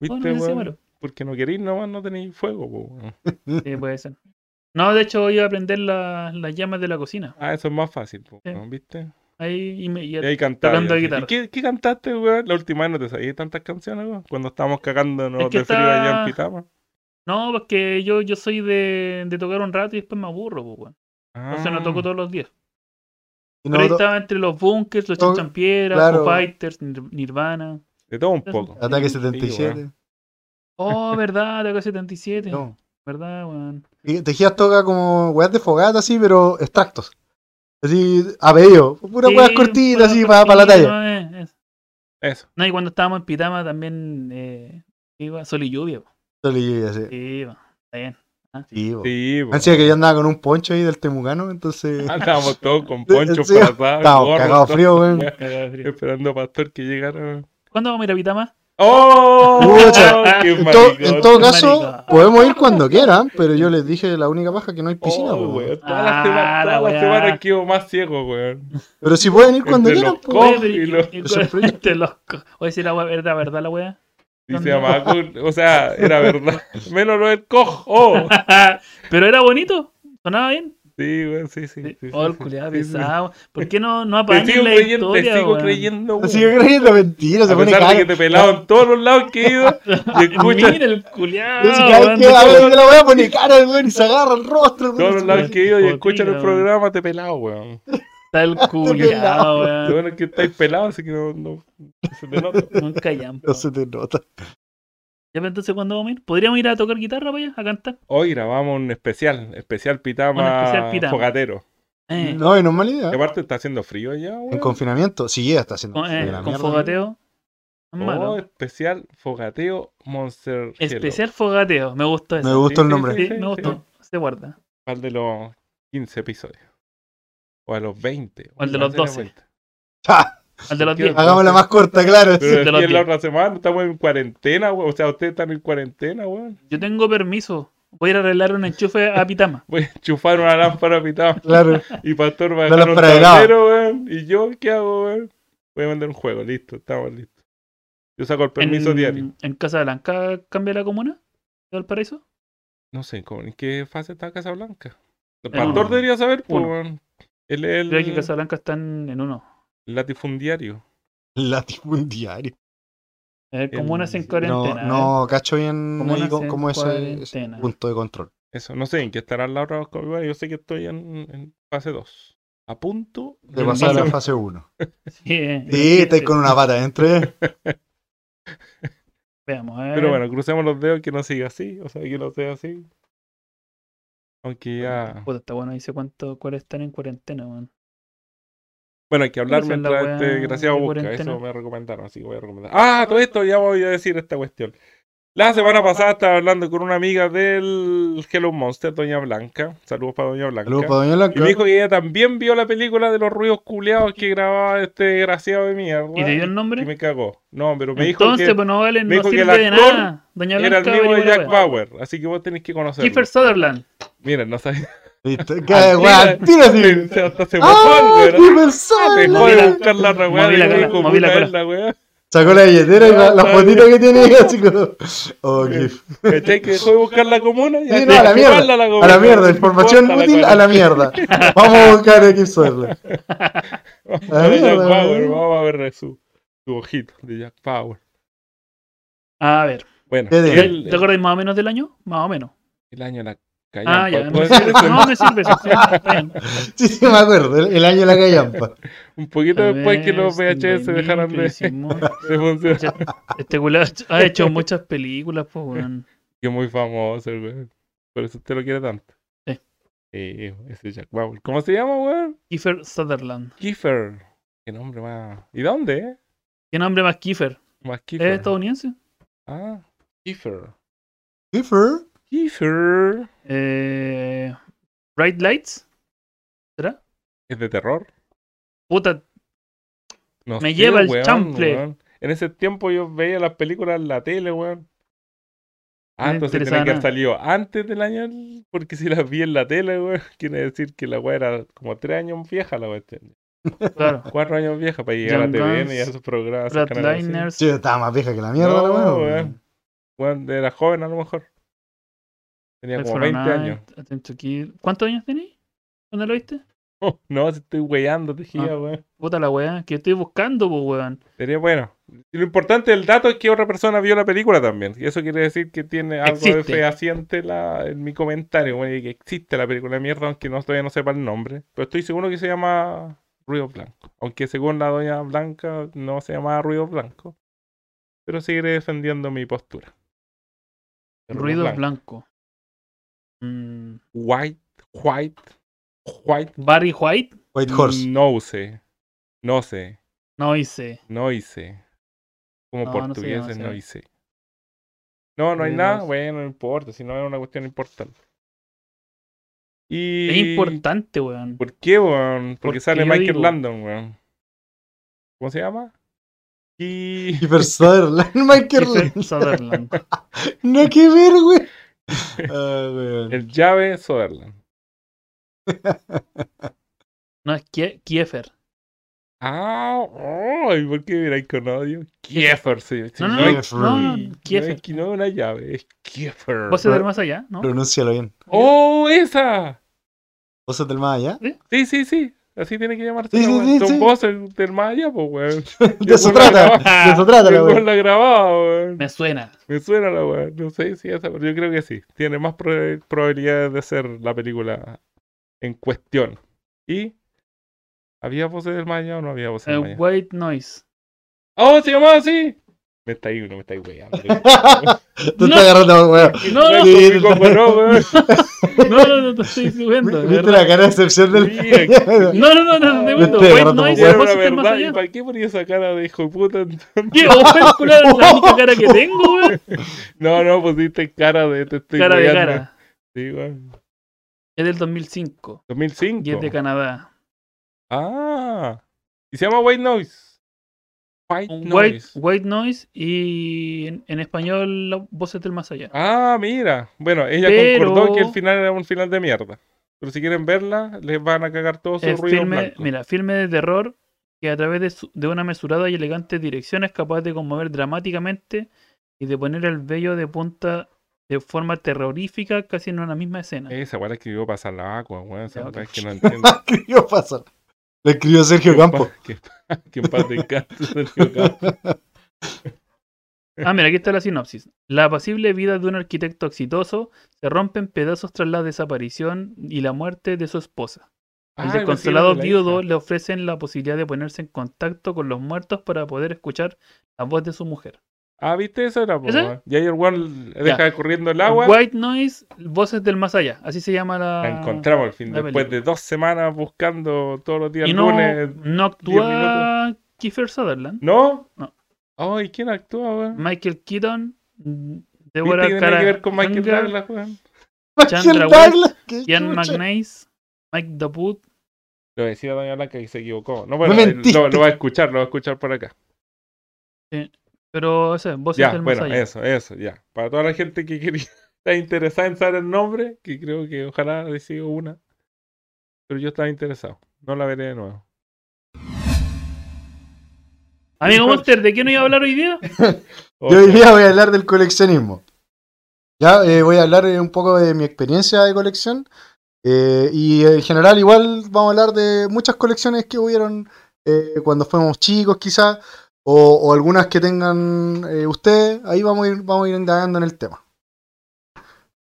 Bueno, ¿Viste, sí, pues, weón? bueno. Porque no queréis nomás, no tenéis fuego, pues, weón. Sí, puede ser. No, de hecho, iba a prender la- las llamas de la cocina. Ah, eso es más fácil, pues, Sí. weón, ¿viste? Ahí y me- y- Y ahí cantaba. Tocando y así. guitarra. ¿Y qué, qué cantaste, weón? La última vez no te sabías tantas canciones, weón. Cuando estábamos cagándonos Es que de frío allá está- en Pitama. No, porque yo, yo soy de, de tocar un rato y después me aburro, pues, weón. Entonces no Ah, toco todos los días. Y Pero ahí Ah. no, estaba entre los bunkers, los To- chichampieras, claro. Foo Fighters, Nir- Nirvana. De todo un poco. Ataque Sí, 77. [laughs] Oh, verdad, de acá 77. No. ¿Verdad, weón? Y Tejías toca como weas de fogata, así, pero extractos. Así, a pedido. Pura Sí, weas cortitas, puras así, para la cortitas, talla. no, es- es- Eso. No, y cuando estábamos en Pitama también eh, iba sol y lluvia. po. Solo yo iba a hacer. Sí, po, está bien. Ah. Sí, po. Sí, po. Ah, Así que yo andaba con un poncho ahí del Temucano, [laughs] entonces. Andábamos todos con Sí, ponchos sí. para atrás, Estábamos gorros, cagados todo, frío, weón. Cagado de Eh, frío. Esperando a Pastor que llegara. weón. ¿Cuándo vamos a ir a Pitama? ¡Oh! Pucha. ¡Qué En, todo- en maricón! todo qué caso, maricón. podemos ir cuando quieran, pero yo les dije la única baja que no hay piscina, Oh, po, weón. weón. Toda la Ah, semana, la toda la weá. semana quedo más ciego, weón. Pero si pueden ir cuando Entre quieran, los po, co- weón. Oye, pero y- Cógelo. y- oh, Eso es frío. [laughs] te los co- Oye, si la weá, ¿verdad, verdad la weá? Y se ¿Dónde? llamaba Cool. O sea, era verdad. Menos lo del cojo. Oh. [laughs] Pero era bonito, sonaba bien. Sí, weón, sí, sí. sí, sí, Oh, el sí, culiado sí, sí. pesado. ¿Por qué no, no Te apañan sigo la creyendo, te historia, sigo weón? creyendo, weón. Así que creyendo mentira, se A pone pesar de que te cara. pelado en todos los lados que he [laughs] ido, y escuchas Ah, Mira el Yo sí que culiado. hay que hablar de la weá, pone cara, el weón, y se agarra el rostro, el todos los lados weón. que he ido y Joder, escuchas el weón. programa, te pelado, weón. Está el culiado, [laughs] pelado. Lo weón. bueno es que estáis pelados, así que no, no, no [laughs] se te nota. Nunca llampo. No se te nota. Ya, pero entonces, ¿cuándo vamos a ir? ¿Podríamos ir a tocar guitarra para allá? A cantar. Hoy grabamos un especial, especial pitama, Un especial pitama. fogatero. Eh, No, y no es mala idea. Y aparte está haciendo frío ya, weón. En confinamiento, sí, ya está haciendo. con, eh, de la con mierda. fogateo. No es malo. Oh, especial fogateo Monster Hello. Especial fogateo. Me gustó Me eso. gustó el Sí, nombre. Sí, Sí, me sí. gustó. Se guarda. Al de los 15 episodios. O a los 20. O al de Ojalá los sea 12. [laughs] 20. Ja, Al de los Sí, 10. Hagámosla más corta, claro. de Pero los decía 10. la otra semana, estamos en cuarentena, weón. O sea, ustedes están en cuarentena, weón. Yo tengo permiso. Voy a ir a arreglar un enchufe a Pitama. Voy a enchufar una lámpara pitada Claro. y Pastor va a No dejar lo un esperaba. tablero, weón. ¿Y yo qué hago, weón? Voy a mandar un juego, listo, estamos listos. Yo saco el [laughs] permiso en, diario. ¿En Casa Blanca cambia la comuna? ¿De Valparaíso? No sé, ¿cómo- ¿en qué fase está Casablanca? En El pastor uno. debería saber, pues, Uno. weón. Él es Creo que el Casa Blanca están en uno. latifundiario. Latifundiario. Eh, comunas en No, No, cuarentena. no cacho bien Como ahí nace con- en cómo es ese- ese cuarentena. punto de control. Eso, no sé en qué estarán las otras cosas. Yo sé que estoy en, en fase 2. A punto De del pasar a la máximo. fase 1. ¿eh? [laughs] Sí, eh, Sí, estáis sí. con una pata dentro. [laughs] ¿eh? Veamos, eh. Pero bueno, crucemos los dedos que no siga así. O sea, que no sea así. Aunque ya. Puta, está bueno, dice cuánto, cuáles están en cuarentena, weón. Bueno, hay que hablar Esa es la mientras weá este desgraciado de busca. cuarentena. Eso me recomendaron, así que voy a recomendar. Ah, todo esto ya voy a decir esta cuestión. Ah, La semana pasada estaba hablando con una amiga del Hello Monster, Doña Blanca. Saludos para Doña Blanca. Saludos para Doña Y me dijo Blanca. que ella también vio la película de los ruidos culeados que grababa este desgraciado de mierda. ¿Y te dio el Y nombre? me cagó. No, pero me dijo Entonces, que pues no valen, me no dijo que sirve el de actor nada. Doña era el Blanca, mismo de averigua la Jack weá. Bauer. Así que vos tenés que conocerlo. Kiefer Sutherland. Mira, no sabes. [laughs] Listo, que- weón, Ah, tira así. Hasta se mojó, ¡Ah! weón. ¡Diversal! Dejó Moví de la- buscar la moví la weá. cola, moví la cola. weá. Sacó la billetera y la, la Ah, fotito que tiene ahí, así como. Oh, Eh, qué. ¿Cachai? Que dejó de buscar la comuna y Sí, antes no, de a la quemarla mierda. A la mierda, no información importa la útil cosa. [laughs] a la mierda. Vamos a buscar a Keith Sutherland. Vamos A eh. a ver ver, Jack a Power, ver. vamos a ver su, su ojito de Jack Power. A ver, Bueno, ¿Qué de- él- ¿te acuerdas más o menos del año? Más o menos. el año de la callampa. Ah, ya. No, me ¿Puedes sirve, hacer eso? no me sirve eso. sí, está [laughs] bien. Sí, sí, me acuerdo. El, el año de la callampa. Un poquito A después que ver, los VHS Silvanín, dejaran de, Simón. de funcionar. Este culo ha hecho muchas películas, pues, weón. Que es muy famoso, el weón. Por eso usted lo quiere tanto. Sí. Eh, ese Jack Bauer. ¿Cómo se llama, weón? Kiefer Sutherland. Kiefer. Qué nombre más. ¿Y dónde, eh? ¿Qué nombre más Kiefer? Más ¿Es Kiefer. estadounidense? Ah, Kiefer. Kiefer. Kiefer. Eh, Bright Lights. ¿Será? ¿Es de terror? Puta, No Me lleva el chanfle. weón. En ese tiempo yo veía las películas en la tele, weón. No Ah, me entonces interesaba tenía que haber nada. salido antes del año, del- porque si las vi en la tele, weón, [laughs] quiere decir que la weá era como tres años vieja, la weá. claro. Cuatro años vieja para llegar Young a TVN y a Guns, esos programas. esos canales así. Flatliners. Sí, estaba más vieja que la mierda, la No, weón. weón. Weón, era joven a lo mejor. Tenía Live como for a 20 Night, años. Attempt to Kill. ¿Cuántos años tenéis? ¿Dónde lo viste? [laughs] no, si estoy weyando, tejía, Ah. weón. Puta la weá, que estoy buscando, pues, weón. Sería bueno. Y lo importante del dato es que otra persona vio la película también. Y eso quiere decir que tiene algo de Existe. fehaciente la, en mi comentario. Bueno, y que existe la película de mierda, aunque no, todavía no sepa el nombre. Pero estoy seguro que se llama Ruido Blanco. Aunque según la doña Blanca no se llamaba Ruido Blanco. Pero seguiré defendiendo mi postura. Ruido blanco. Mm, White, white, white. Barry White, White Horse. No sé. No sé. no hice. No hice. Como No, no se portugueses, llama no así. hice. No, no hay Sí, no nada. es- Bueno, no importa. Si no era una cuestión importante. Es Y... importante, weón. ¿Por qué, weón? Porque, Porque sale yo Michael digo- Landon, weón. ¿Cómo se llama? [laughs] Y... Kiefer Sutherland. Michael Kiefer Lynch. Sutherland. No, qué ver, güey. Ah, weón. El llave Sutherland. No, es Kie- Kiefer. Ah, oh, ¿y por qué miráis con odio? Kiefer, sí. sí, No, no, hay- no, Kiefer. no, no, No Kiefer. es, que no es una llave, es Kiefer. ¿Vos se ver más allá, no? Pronúncialo bien. ¡Oh, esa! ¿Vos sos del más allá? Sí, sí, sí. Así tiene que llamarse. Sí, la sí, weá. sí, Son sí. voces del Maya, pues, weón. De eso Yo trata. por la- De eso trata, la Yo weón. la grababa, weón. Me suena. Me suena la weón. No sé si esa, pero yo creo que sí. Tiene más proba- probabilidades de ser la película en cuestión. ¿Y? ¿Había voces del Maya o no había voces Eh, del Maya? White Noise. ¡Oh, se llamaba así! Me está ahí, no me está ahí, [laughs] weón. Te No. está agarrando, weón. No, no, Sí, conmigo, no. pero, weón. No, no, [laughs] no te estoy diciendo. de ¿Viste verdad. la cara de decepción [laughs] del. Mira, No, no, no, no, te estoy diciendo. Viste, White Gerardo, Noise, Era weón. vos una se ver más verdad. ¿Y allá. para qué ponía esa cara de hijo [laughs] de puta? ¿Qué? ¿Vos puedes curar [laughs] la única cara que tengo, weón? No, no, pusiste cara de te estoy Cara de weando. cara. Sí, weón. Es del 2005 y es de 2005. Canadá. Ah. Y se llama White Noise. White Un White, Noise. White Noise y en, en español la- Voces del Más Allá. Ah, mira. Bueno, ella Pero- concordó que el final era un final de mierda. Pero si quieren verla, les van a cagar todos sus Es ruidos filme, blancos. mira, filme de terror que a través de, su- de una mesurada y elegante dirección es capaz de conmover dramáticamente y de poner el vello de punta de forma terrorífica casi en una misma escena. Esa weá la escribió pasar la agua, weón. Esa Ya, weá ok. es que no entiendo. La escribió pasar. La escribió Sergio Que en Campo. paz- Que, en paz- que en paz descanse, [laughs] Sergio Campo. Ah, mira, aquí está la sinopsis. La apacible vida de un arquitecto exitoso se rompe en pedazos tras la desaparición y la muerte de su esposa. El Ah, iba a decir desconsolado de la viudo hija. le ofrecen la posibilidad de ponerse en contacto con los muertos para poder escuchar la voz de su mujer. Ah, ¿viste? Esa era, po, ¿Esa? weón. Y ahí el weón deja corriendo el agua. White Noise, Voces del Más Allá. Así se llama la... La encontramos al fin. la Después película. de dos semanas buscando todos los días Y no, lunes. no actúa Kiefer Sutherland, ¿No? No. Ay, ¿quién actúa, weón? Michael Keaton, mm, ¿Viste que Deborah tenía que ver con Michael Kara, Douglas, weón? Chandra Michael Douglas, qué Ian chucha. McNeice, Mike Daput. Lo decía Doña Blanca y se equivocó. No, bueno, Me él- lo, mentiste. lo va a escuchar, lo va a escuchar por acá. Pero ese, voces Ya, del bueno, más allá. eso, eso, ya. Para toda la gente que quería, [laughs] está interesada en saber el nombre, que creo que ojalá le siga una. Pero yo estaba interesado. No la veré de nuevo. Amigo Monster, ¿de qué no iba a hablar hoy día? Yo hoy día voy a hablar del coleccionismo. Ya eh, voy a hablar eh, un poco de mi experiencia de colección. eh, y en general igual vamos a hablar de muchas colecciones que hubieron eh, cuando fuimos chicos quizás. O, o algunas que tengan eh, ustedes. Ahí vamos a ir, vamos a ir indagando en el tema.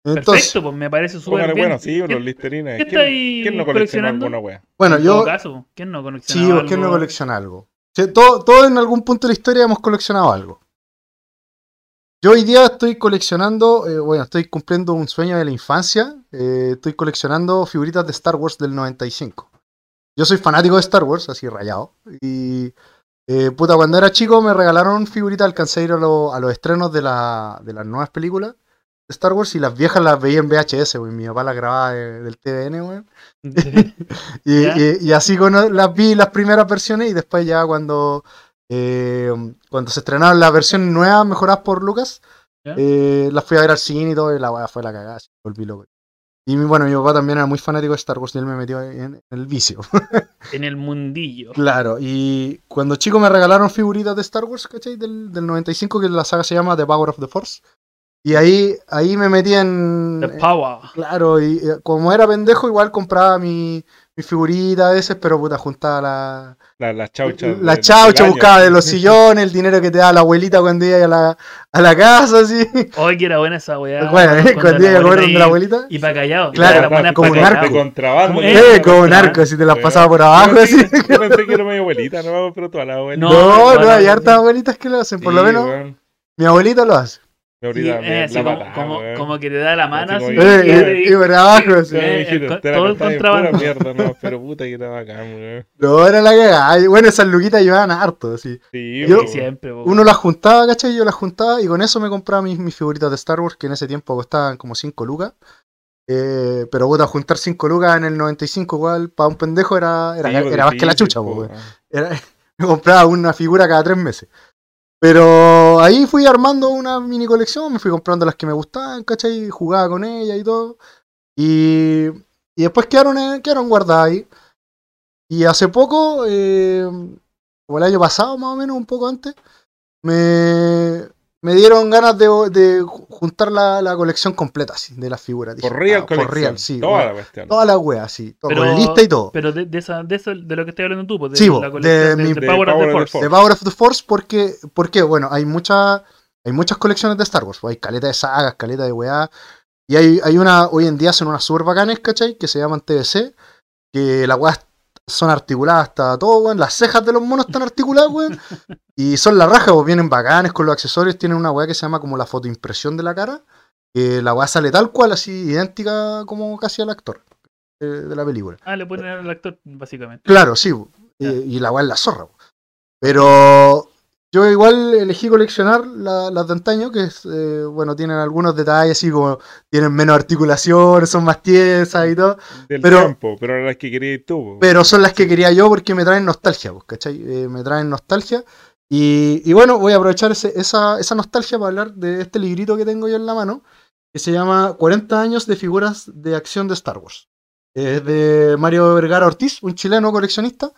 Entonces, Perfecto, pues me parece súper Póngale, bien. bueno, sí, los ¿Quién- listerinas. qué ¿Quién, estáis quién no coleccionó coleccionando? alguna wea? bueno, en yo... todo caso, ¿quién no colecciona Sí, ¿por qué no algo? colecciona algo? Sí, todo, todo en algún punto de la historia hemos coleccionado algo. Yo hoy día estoy coleccionando, eh, bueno, estoy cumpliendo un sueño de la infancia. eh, estoy coleccionando figuritas de Star Wars del 95. Yo soy fanático de Star Wars, así rayado. Y, eh, puta, cuando era chico me regalaron figuritas, alcancé a ir a, lo- a los estrenos de, la- de las nuevas películas de Star Wars y las viejas las veía en VHS, güey. Mi papá las grababa de- del TVN, güey. Y, ¿Ya? y- y así cono- las vi las primeras versiones y después ya cuando, eh, cuando se estrenaron las versiones nuevas mejoradas por Lucas, ¿Ya? eh, las fui a ver al cine y todo y la weá fue la cagada, se volví loco. Y mi- bueno, mi papá también era muy fanático de Star Wars y él me metió en el vicio. [laughs] [laughs] En el mundillo. Claro, y cuando chico me regalaron figuritas de Star Wars, ¿cachai? Del, del 95, que la saga se llama The Power of the Force. Y ahí, ahí me metí en... The power. Claro, y eh, como era pendejo, igual compraba mi, mi figurita a veces, pero puta, juntaba la, La, la chaucha. del- la del chaucha, año. buscaba de los sillones, el dinero que te daba la abuelita cuando iba a la, a la casa, así. Hoy que era buena esa weá. [laughs] bueno, eh, Cuando cuando la iba a comer abuela donde la ahí- abuelita. Y para callado. Claro, Era buena como pa' un callado. De narco. contrabando. Eh, Eh, como un claro. arco, así te las Bueno. pasaba por Yo abajo, así. [laughs] pensé- Yo pensé que era mi abuelita, no, pero toda la abuela. [laughs] No, No, no, no, hay no, hartas no. abuelitas que lo hacen, por lo Sí, menos weón. mi abuelita lo hace. Mi Sí, abuelita me- es así eh, la como, mataba, como, weón. como que te da la mano Así así. como y Sí, Eh, te- y, y por abajo, así. Sí, Eh, dijiste, el te co- la todo el contáis en contrabando. Pura [laughs] mierda, no, pero puta que era bacán, weón. No, era la cagada. Y Bueno, esas luquitas llevaban harto, así. Sí, Yo- weón. Siempre, po. Uno las juntaba, ¿cachai? Yo las juntaba y con eso me compraba mis, mis figuritas de Star Wars que en ese tiempo costaban como 5 lucas. Eh, pero puta, juntar 5 lucas en el 95 igual para un pendejo era, era, Sí, era pues, más que la difícil, chucha, po, po, weón. weón. Era- [laughs] Me compraba una figura cada 3 meses. Pero ahí fui armando una mini colección, me fui comprando las que me gustaban, ¿cachai? Jugaba con ellas y todo. Y, y después quedaron, eh, quedaron guardadas ahí. Y hace poco, eh, como el año pasado más o menos, un poco antes, me, me dieron ganas de, de juntar la, la colección completa, así, de las figuras. Dije, Por real, "Ah, colección. Por real, sí. Toda bueno, la cuestión. Toda la wea, sí. todo, Pero- con lista y todo. Pero de, de, esa, de, eso, de lo que estoy hablando tú, pues. De, Sí, po, la colección de de, mi- de de Power of Power the Force. The Power of the Force, porque, porque bueno, hay, mucha, hay muchas colecciones de Star Wars. pues, Hay caleta de sagas, caleta de weá. Y hay, hay una, hoy en día son unas super bacanes, ¿cachai? Que se llaman TBC. Que las weas son articuladas hasta todo, weón. Las cejas de los monos están articuladas, weón. Y son la raja, pues vienen bacanes con los accesorios. Tienen una weá que se llama como la fotoimpresión de la cara. Que la weá sale tal cual, así idéntica como casi al actor eh, de la película. Ah, le ponen al actor, básicamente. Claro, sí. po. Ya. Eh, Y, la weá es la zorra. po. Pero yo igual elegí coleccionar la- las de antaño, que es, eh, bueno, tienen algunos detalles, así como tienen menos articulaciones, son más tiesas y todo. Del pero- tiempo, pero era las que quería ir tú, po. Pero son las que quería yo porque me traen nostalgia, po, ¿cachai? Eh, me traen nostalgia. Y, y bueno, voy a aprovechar ese- esa, esa nostalgia para hablar de este librito que tengo yo en la mano, que se llama 40 años de figuras de acción de Star Wars. Es de Mario Vergara Ortiz, un chileno coleccionista.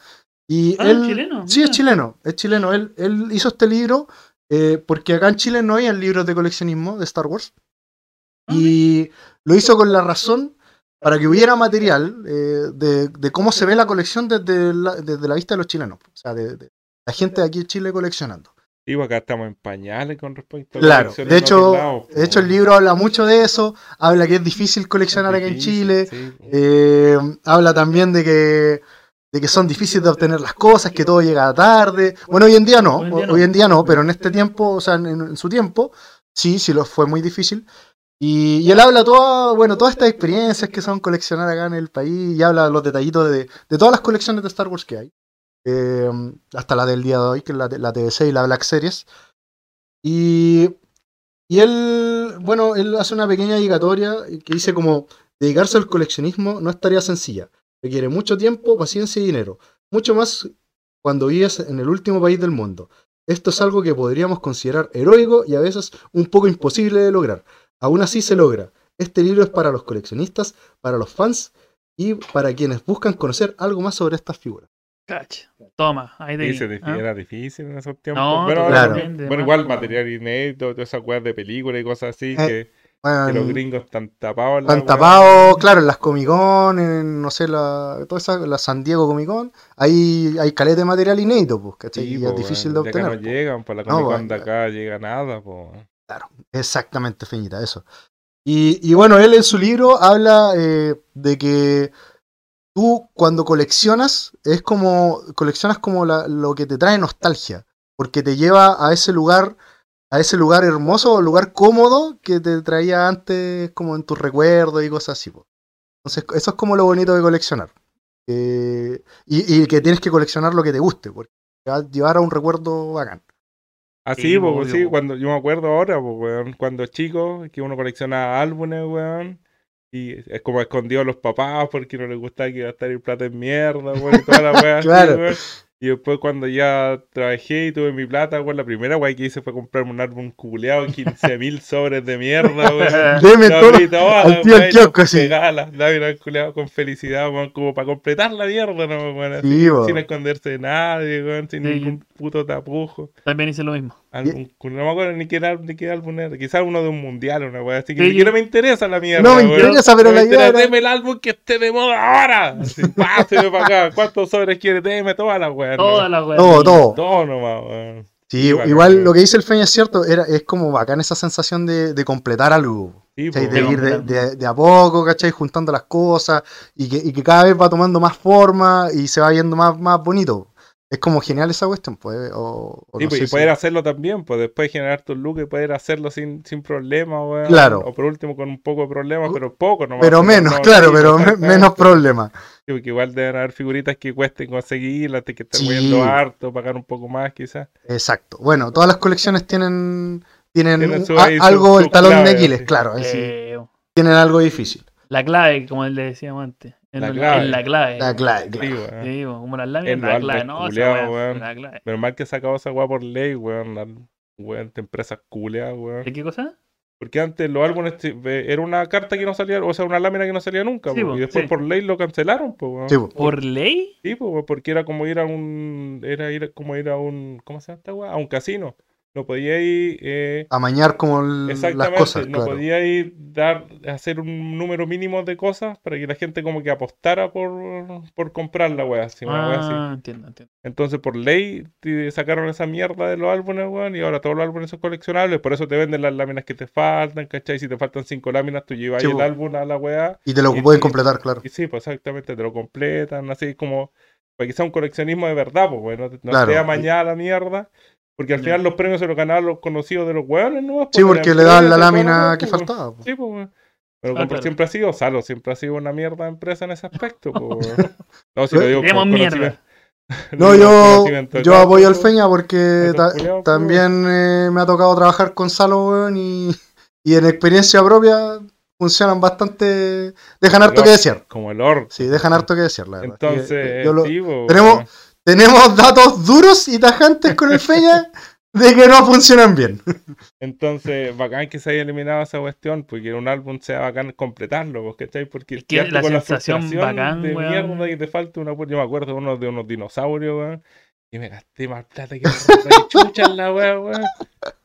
Y Ah, él, ¿es chileno? Sí, es Mira. chileno, es chileno. Él, él hizo este libro eh, porque acá en Chile no había libros de coleccionismo de Star Wars. Ah, Y lo hizo con la razón para que hubiera material eh, de, de cómo se ve la colección desde la, desde la vista de los chilenos. O sea, de, de la gente de aquí en Chile coleccionando. Digo, pues acá estamos en pañales con respecto a Claro, colecciones de en otros hecho, lados, po, de hecho el weón. libro habla mucho de eso, habla que es difícil coleccionar acá en Difícil, Chile, sí, po. eh, habla también de que, de que son difíciles de obtener las cosas, que todo llega tarde. Bueno, hoy en día no, Hoy en día no. hoy en día no, pero en este tiempo, o sea, en, en su tiempo, sí, sí lo fue muy difícil. Y, y él habla toda, bueno, todas estas experiencias que son coleccionar acá en el país y habla los detallitos de, de todas las colecciones de Star Wars que hay. Eh, hasta la del día de hoy, que es la, la TBC y la Black Series. Y, y él, bueno, él hace una pequeña dedicatoria que dice como, dedicarse al coleccionismo no es tarea sencilla, requiere mucho tiempo, paciencia y dinero, mucho más cuando vives en el último país del mundo. Esto es algo que podríamos considerar heroico y a veces un poco imposible de lograr. Aún así se logra. Este libro es para los coleccionistas, para los fans y para quienes buscan conocer algo más sobre estas figuras. Cacha. Toma, ahí te Y vi, se ¿ah? Era difícil en esos tiempos. No, pero ahora claro. también- depende, bueno, más, igual po. material inédito, todas esas weas de películas y cosas así Eh, que, que los Bueno, gringos están tapados. en la han wea. tapado, claro, en las Comic Con, en, no sé, la, toda esa, la San Diego Comic Con, ahí hay caleta de material inédito, pues, ¿cachai? Sí, y po, es difícil de weón, acá obtener. no po. llegan, por la No, pues, Comic po, Con de acá llega nada. Po. Exactamente, Feñita, eso. Y, y bueno, él en su libro habla eh, de que tú cuando coleccionas, es como, coleccionas como la- lo que te trae nostalgia, porque te lleva a ese lugar, a ese lugar hermoso, lugar cómodo que te traía antes como en tus recuerdos y cosas así. po. Entonces, eso es como lo bonito de coleccionar. Eh, y, y que tienes que coleccionar lo que te guste, porque te va a llevar a un recuerdo bacán. Así, Sí, po, obvio, Ah, sí, po. cuando yo me acuerdo ahora, po, weón, cuando chico, que uno colecciona álbumes, weón, y es como escondido a los papás porque no les gustaba que gastara el plata en mierda, weón, y toda la weá así, [laughs] Claro. weón. Y después cuando ya trabajé y tuve mi plata, weón, la primera weá que hice fue comprarme un álbum culeado, 15 mil [laughs] sobres de mierda, weón. [laughs] Deme Lo todo lo- abrí todo, al tío al weón, y kiosco, los sí. pegaba a las láminas, culeado, con felicidad, weón, como para completar la mierda, no, weón, así, Sí, po. sin esconderse de nadie, weón, sin Sí. ningún puto tapujo. También hice lo mismo. Álbum, cu- no me acuerdo ni qué, era- ni qué álbum era. Quizás uno de un mundial o una weá así. Sí, Que ni yo- siquiera me interesa la mierda. No me weón. interesa, pero No me la idea interesa, era- Deme el álbum que esté de moda ahora. Así, [laughs] páseme para acá. ¿Cuántos sobres quieres? Deme todas las weas. Todas las weas. Todo, todo. Todo nomás, weón. Sí, Sí, bacán, igual weón. lo que dice el Feña es cierto, era, es como bacán esa sensación de, de completar algo, Sí, pues, ¿cachai? po, de de ir de, completar. de- de a poco, ¿cachai? Juntando las cosas y que, y que cada vez va tomando más forma y se va viendo más, más bonito. Es como genial esa cuestión, pues. O, o Sí, no pues, sé y si- poder hacerlo también, pues después generar tu look y poder hacerlo sin, sin problema, weón. Claro. Uh, O por último con un poco de problemas, pero poco nomás. pero porque menos, no- claro, sí, pues, pero me- exactamente. menos problema. Sí, porque igual deben haber figuritas que cuesten conseguirlas, que estén Sí. moviendo harto, pagar un poco más quizás. Exacto. Bueno, todas las colecciones tienen, tienen Tienen un- su- a- ahí su- algo, su el talón clave, de Aquiles, sí. claro. ahí sí Eh, tienen algo difícil. La clave, como le decíamos antes. En La la clave. clave. En la clave. La clave, Ah, Eh, claro. Sí, weón. Sí, bo, como las En láminas, los la clave, álbumes no, esa culeados, wea, weón. la clave. Menos mal que sacaba esa weá por ley, weón. La, weón, de empresas culeas, weón. ¿De qué cosa? Porque antes los álbumes te- ve- era una carta que no salía, o sea, una lámina que no salía nunca, Sí, po, po, y después sí. por ley lo cancelaron, pues, weón. Sí, po. ¿Por ley? Sí, po, weón, porque era como ir a un. Era ir, como ir a un. ¿Cómo se llama esta weá? A un casino. No podía ir. eh, amañar como el- las exactamente, cosas, no claro. podía ir dar, hacer un número mínimo de cosas para que la gente como que apostara por, por comprar la weá, así, una weá así. ah, entiendo, entiendo. Entonces, por ley, te sacaron esa mierda de los álbumes, weón, y ahora todos los álbumes son coleccionables, por eso te venden las láminas que te faltan, ¿cachai? Si te faltan cinco láminas, tú llevas Sí, el po. álbum a la weá, Y te lo Y- pueden y- completar, claro. y sí, pues exactamente, te lo completan, así como, para que sea un coleccionismo de verdad, pues, weón, no, te- no Claro. te amañada la mierda, porque al Ya. final los premios se los ganaban los conocidos de los weones, ¿no? Sí, porque le daban la lámina que faltaba. faltaba. po. [laughs] Sí, pues, weón. Pero Ah, Compro claro. siempre ha sido, Salo siempre ha sido una mierda de empresa en ese aspecto, pues, [laughs] weón. No, si lo digo por Tenemos conocimiento- mierda. Eh, [laughs] digo No, por yo, conocimiento de yo causa, apoyo al pues. Feña porque Esos ta- culiados, pues, po, también eh, me ha tocado trabajar con Salo, weón, y, y en experiencia propia funcionan bastante. Dejan harto Pero- que desear. Como el orto. Sí, dejan harto que desear, la verdad. Entonces, Y- eh, yo lo- sí, po, tenemos- weón. Tenemos datos duros y tajantes con el Feña de que no [laughs] funcionan bien. entonces, bacán que se haya eliminado esa cuestión, porque en un álbum sea bacán completarlo, pues, ¿cachai? Porque Es que quedaste la sensación bacán, de weón. mierda que te falta una puer- Yo me acuerdo de uno de unos dinosaurios, weón. Y me gasté más plata que, la rata que chucha en la weá, weón.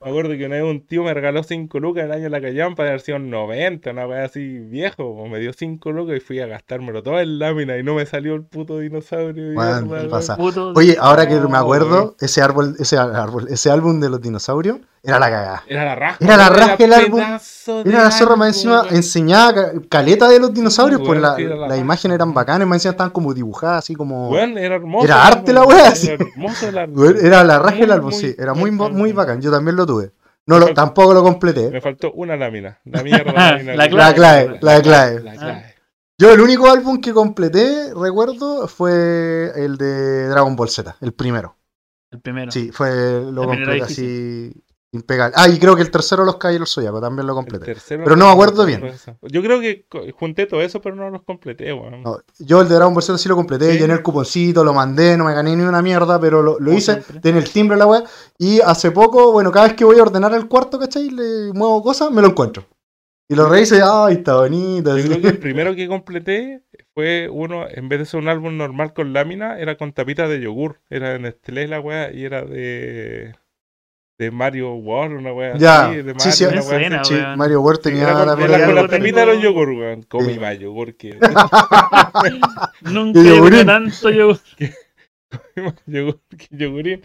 Me acuerdo que una vez un tío me regaló 5 lucas el año de la callampa de haber sido 90, una weá así viejo. po. Me dio 5 lucas y fui a gastármelo todo en lámina y no me salió el puto dinosaurio. de Weón, mierda, weón. pasa. Puto Oye, ahora que me No, acuerdo, weón. ese árbol, ese árbol, ese álbum de los dinosaurios era la cagada. Era la raja. Era la weón, raja el álbum. pedazo de Mira, la zorra más álbum, encima weón. enseñaba ca- caleta de los dinosaurios, Sí, pues weón, la- sí, era la las raja, imágenes eran weón. bacanas, más encima estaban como dibujadas, así como... Weón, era hermoso. Era el arte álbum, la weón, wea, era sí. [laughs] hermoso el álbum. Weón, Era la raja Muy, el álbum, muy sí, era muy, buen bo- muy álbum. bacán, yo también lo tuve. No lo, Yo- tampoco lo completé. Me faltó una lámina. La mierda. [laughs] La, lámina. La La clave, Ah. clave, la clave. La clave. Yo el único álbum que completé, recuerdo, fue el de Dragon Ball Z, el primero. El primero. Sí, fue lo También era completé así impecable. Ah, y creo que el tercero Los Caballeros Zodíaco también lo El completé. tercero Pero no me acuerdo bien. eso. Yo creo que co- junté todo eso, pero no los completé, weón. No, yo el de Dragon Ball Z sí lo completé, Sí. llené el cuponcito, lo mandé, no me gané ni una mierda, pero lo, lo Como hice, siempre. tiene el timbre la web. Y hace poco, bueno, cada vez que voy a ordenar el cuarto, ¿cachai? Le muevo cosas, me lo encuentro. Y lo reviso y, ay, está bonito. Yo así. creo que el primero que completé fue uno, en vez de ser un álbum normal con lámina, era con tapitas de yogur. Era de Nestlé la weá y era de. de Mario World, una weá Ya, así. De Mario, sí, sí, una me weá así. suena, Sí, weón. Mario Word tenía Era con, la era pena con que la lo pelea. tapita de [laughs] tengo. los yogur, weón. Comí más yogur que. [laughs] Nunca Y he yogurín. comido tanto yogur. comí más yogur que yogurín.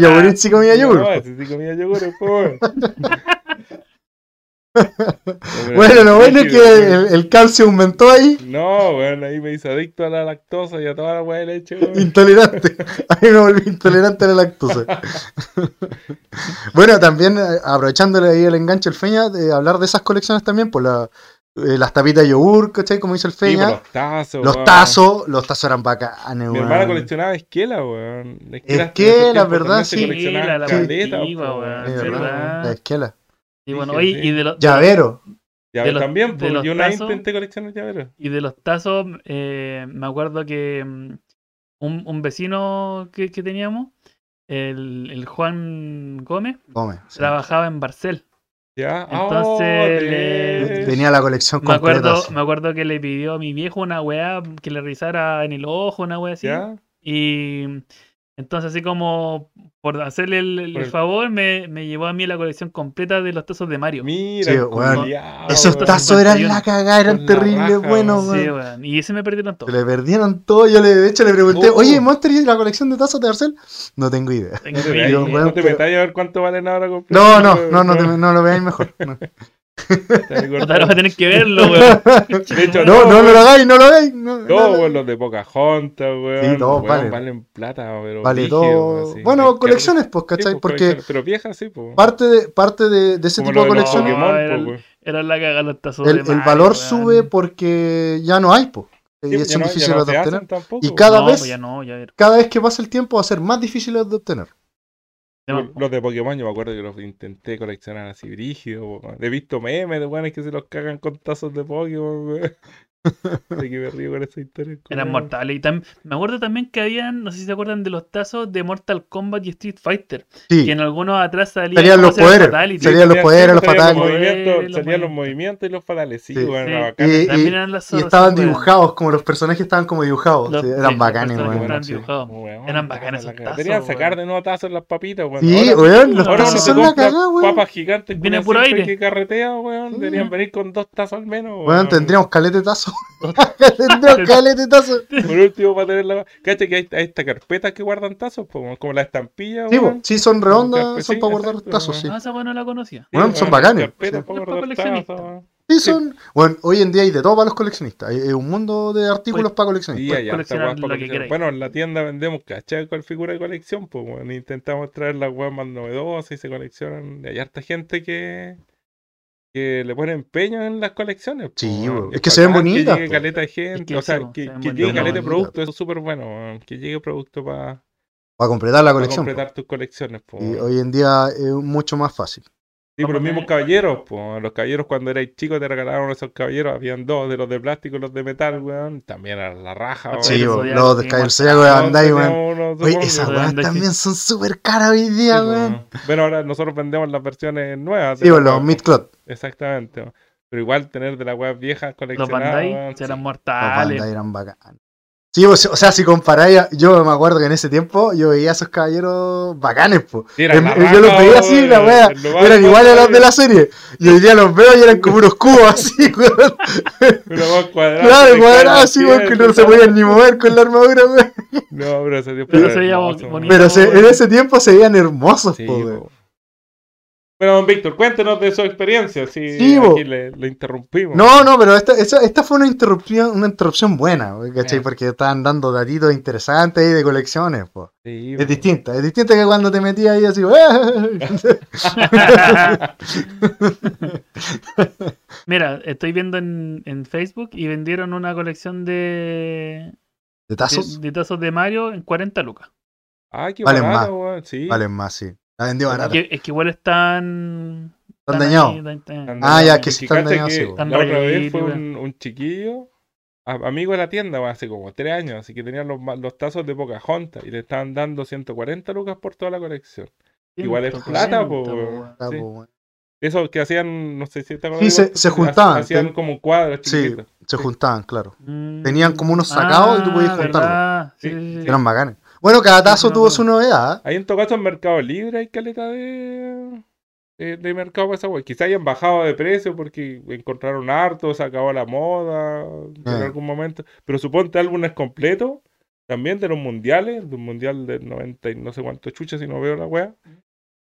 Yogurín sí comía yogur. No, ese sí comía yogur, [laughs] por favor. Bueno, lo bueno es Sí, que el, el calcio aumentó ahí, No, weón, ahí me hice adicto a la lactosa y a toda la weá de leche, weón. intolerante. [laughs] Ahí me volví intolerante a la lactosa. [laughs] bueno, también eh, aprovechándole ahí el enganche al Feña, de hablar de esas colecciones también, por la, eh, las tapitas de yogur, ¿cachai? Como dice el Sí, por Feña. pues, los tazos, los weón. tazos, los tazos eran bacanes, Mi hermana weón. coleccionaba esquela, weón. Esquela, en esos tiempos ¿verdad? también se Sí, coleccionaban la- la caleta, primitiva, po, weón, Es Es verdad, verdad. la esquela. Y bueno, Dije, oye, sí. y de, los- Llavero. Ya, De los- también, de po, los yo una vez tazos. intenté coleccionar llaveros. y de los tazos, eh, me acuerdo que mm, un, un vecino que, que teníamos, el, el Juan Gómez, Come, sí. trabajaba en Barcel. Ya, ah, Entonces, ole. le- Tenía la colección Me completa. acuerdo, sí. me acuerdo que le pidió a mi viejo una weá que le rizara en el ojo, una weá así. Ya, Y entonces así como por hacerle el, el Por el- favor, me, me llevó a mí la colección completa de los tazos de Mario. mira, Sí, el weón. culiao, Esos weón. tazos eran 51. la cagada, Con eran la terribles raja, buenos, Sí, weón. weón. Y se me perdieron Se todos. le perdieron todo. Yo le, de hecho le pregunté, Oh. oye, Monster, ¿y la colección de tazos de Barcel? No tengo idea. Tengo No te que- metáis, Yo, no weón, te pero- metáis a ver cuánto valen ahora completo, No, no, weón. no, no, te- no lo veáis mejor. [laughs] No, Está [laughs] ahí Puta, ahora vas a cortado. tener que verlo, weón. De hecho, no, no, weón. lo hagáis, no lo hagáis. No, no, Todos, no. weón, los de Pocahontas, weón. Sí, todos weón, valen. Valen plata, pero. Vale, brígido, todo. así. Hay Bueno, que- colecciones, pues, sí, ¿cachai? pues, Porque colecciones, Pero viejas, sí, po. parte de, parte de, de ese Como tipo lo de de los colecciones, Pokémon, pues, Ah, era po, el- weón. Era la cagada los tazos el, de el Mario, valor weón. sube porque ya no hay, pues. Sí, Y ya son no- ya difíciles no de se hacen obtener. tampoco, Y po. cada no, vez- pues Ya no, ya era. Cada vez que pasa el tiempo va a ser más difícil de obtener. No, Los de Pokémon, yo me acuerdo que los intenté coleccionar así brígido. po. He visto memes de weones que se los cagan con tazos de Pokémon, [laughs] weón. Así que me río con esa historia. eran culiao. mortales. Y tam- me acuerdo también que habían, no sé si se acuerdan de los tazos de Mortal Kombat y Street Fighter. Que Sí, en algunos atrás salían salían como los hacer poderes. fatality. Salían los Salían- poderes, los salían fatales. movimientos, Los Salían los movimientos. movimientos y los fatales. Sí, Sí. weón, Sí. era bacán. Y- También eran las Y zorras, estaban sí, weón. dibujados, como los personajes estaban como dibujados. Los- sí, sí, eran los bacanes, personajes weón. estaban sí. dibujados. Weón, Eran la bacanas cagada, esos la tazos, cagada. Deberían sacar weón. de nuevo tazos en las papitas, weón. Sí, Ahora- weón, los Ahora Ahora uno tazos se se son la compra cagada, weón. papas gigantes Viene con puro aceite aire. que carretea, weón. Sí. Deberían venir con dos tazos al menos, weón. Weón, tendríamos caletetazo. [laughs] tendríamos caletetazo. [laughs] Por último, para tener la... Cacha que hay, hay estas carpetas que guardan tazos, po, weón, como la estampilla, Sí, weón. po, sí, son redondas, pues son sí, para guardar exacto, tazos, weón. sí. Ah, esa weón no la conocía. Weón, son bacanes. Carpetas Sí. para Es guardar para tazos, coleccionistas. weón. Sí, son. Bueno, hoy en día hay de todo para los coleccionistas. Hay, hay un mundo de artículos Pues, para coleccionistas. Sí, puedes hay harta coleccionar weá para lo que coleccionar. queráis. Bueno, en la tienda vendemos cachas con figura de colección, pues, weón. Intentamos traer las weas más novedosas y se coleccionan. Hay harta gente que, que le pone empeño en las colecciones, po, Sí, weón. weón. Y Es que se ven bacán bonitas, pues. Que llegue po. caleta de gente, que o sí, sea, po, que, se ven que llegue bonitas. caleta de Bonitas. producto, eso es súper bueno, weón. Que llegue producto para Para completar la colección. po. completar tus colecciones, pues. Y hoy en día es mucho más fácil. Sí, por los Vamos a mismos ver. caballeros, po. Los caballeros cuando erais chicos te regalaron esos caballeros. Habían dos, de los de plástico y los de metal, weón. También a la raja, weón. Los Sí, Caballeros po, Zodiaco, los de sí, Caer igual. Zodiaco de Todos Bandai, weón. teníamos unos, Oye, supongo, esas de weas Bandai, sí. también son súper caras hoy Sí, día, po. weón. Bueno, ahora nosotros vendemos las versiones nuevas. de Sí, la pues los web, mid Club. Exactamente. po. Pero igual tener de las weas viejas Los coleccionadas. Bandai weón, sí. eran Los mortales. Bandai eran bacanes. Sí, pues, o sea, si comparáis, a- yo me acuerdo que en ese tiempo yo veía a esos caballeros bacanes, pues. Sí, eran la yo los raja, veía así, weón, la wea. lo más Eran iguales a los cuadrado, de la serie. Y hoy día los veo y eran como unos cubos así, [laughs] weón. lo más cuadrado, Claro, de cuadrados cada así, weón, que pieza, no se podían ni mover con la armadura, weón. No, pero se dio Pero por se veía hermoso, bo- weón. bonito. Pero se- en ese tiempo se veían hermosos, Sí, po, po. weón. Bueno, don Víctor, cuéntenos de su experiencia. Si Sí, po. aquí le, le interrumpimos. No, no, pero esta, esta, esta fue una interrupción, una interrupción buena, weón, ¿cachai? Ya. Porque estaban dando datitos interesantes ahí de colecciones, po. Sí, po. Es distinta, es distinta que cuando te metías ahí así, ¡eh! [laughs] Mira, estoy viendo en, en Facebook y vendieron una colección de, ¿De de, tazos? de tazos de Mario en 40 lucas. Ah, qué Valen barato, weón. Sí. Valen más, sí. La vendió Es barata. que, es que igual están. Están ahí, dañados. están- Tan Ah, ya, dañado, que porque sí están cacha dañados, que sí, po. Están La otra vez rayitos, fue weón. un, un chiquillo, a- amigo de la tienda, weón, hace como tres años, así que tenían los, ma- los tazos de Pocahontas y le estaban dando 140 lucas por toda la colección. Igual es plata, po, 140, weón. weón. Ah, Sí. po, weón. Eso que hacían, no sé si te acuerdas, Sí, se- igual, se juntaban, Hacían ten- como cuadros Sí, chiquitos. se juntaban, claro. Mm. Tenían como unos sacados y tú podías Ah, juntarlos. ¿verdad? Sí, Sí, sí, sí. sí. Eran bacanes. Bueno, cada tazo Sí, tuvo no, su novedad. ¿eh? Ahí en todo caso en Mercado Libre hay caleta de, de, de mercado para esa wea. Quizá hayan bajado de precio porque encontraron harto, se acabó la moda en Ah. algún momento. Pero suponte álbumes completos, también de los mundiales, de un mundial del 90 y no sé cuánto chucha si no veo la wea.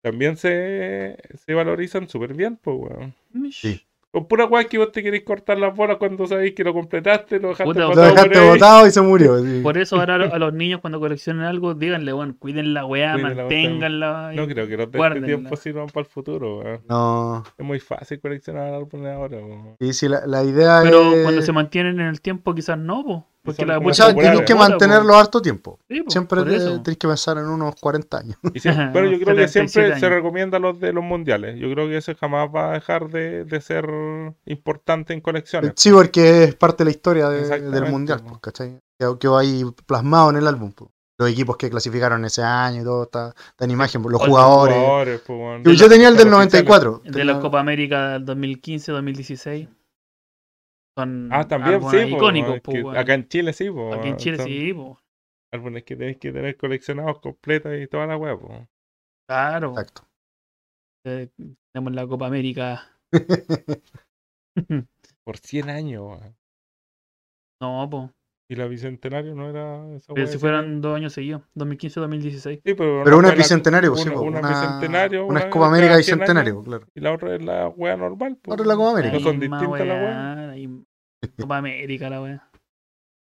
También se, se valorizan súper bien, pues weón. Mish. Sí. Con pura wea que vos te queréis cortar las bolas cuando sabéis que lo completaste, lo dejaste Puta, Lo botado dejaste por ahí. botado y se murió. sí. Por eso ahora a lo- a los niños cuando coleccionen algo, díganle, bueno, cuiden la weá, Cuiden la weá, manténganla. y- No creo que los de este Guárdenla. tiempo sirvan para el futuro, weón. No. Es muy fácil coleccionar álbumes ahora, weón. Y si la, la idea Pero es. cuando se mantienen en el tiempo, quizás no, po, porque son la como o weá sea, se populares. demora, tenés que po. mantenerlo harto tiempo. Sí, po, Siempre por te- eso. tenés que pensar en unos 40 años. Y sí, Ajá, pero yo creo que 77 siempre se años. recomienda los de los mundiales. Yo creo que eso jamás va a dejar de, de ser importante en [laughs] colecciones. Sí, porque es parte de la historia de- Exactamente, del mundial, po. pues, ¿cachai? Quedó, quedó ahí plasmado en el álbum. pues. Los equipos que clasificaron ese año y todo, está, está en imagen, pues, los Los jugadores. pues, weón. Yo, yo tenía el del Los oficiales. 94. De tenía- la Copa América del 2015, 2016. Son Ah, también, álbumes sí, po, icónicos, weón, po, que weón. Acá en Chile, sí, po, Aquí en Chile, son sí, po. Álbumes que tenéis que tener coleccionados completos y toda la weá, pues. Claro. Exacto. [laughs] Eh, Tenemos la Copa América. [laughs] Por 100 años, weón. No, po. Y la bicentenario no era esa Pero weá si de fueran dos años seguidos, 2015, 2016. Sí, pero, Pero una fue es la- bicentenario, pues, sí, una- pues, una una, bicentenario, una una es Copa cada América 100 años. bicentenario, claro. [laughs] Y la otra es la weá normal, pues. Otra es la Copa América. La son misma distintas las weá, weas. la misma- Copa América, la weá.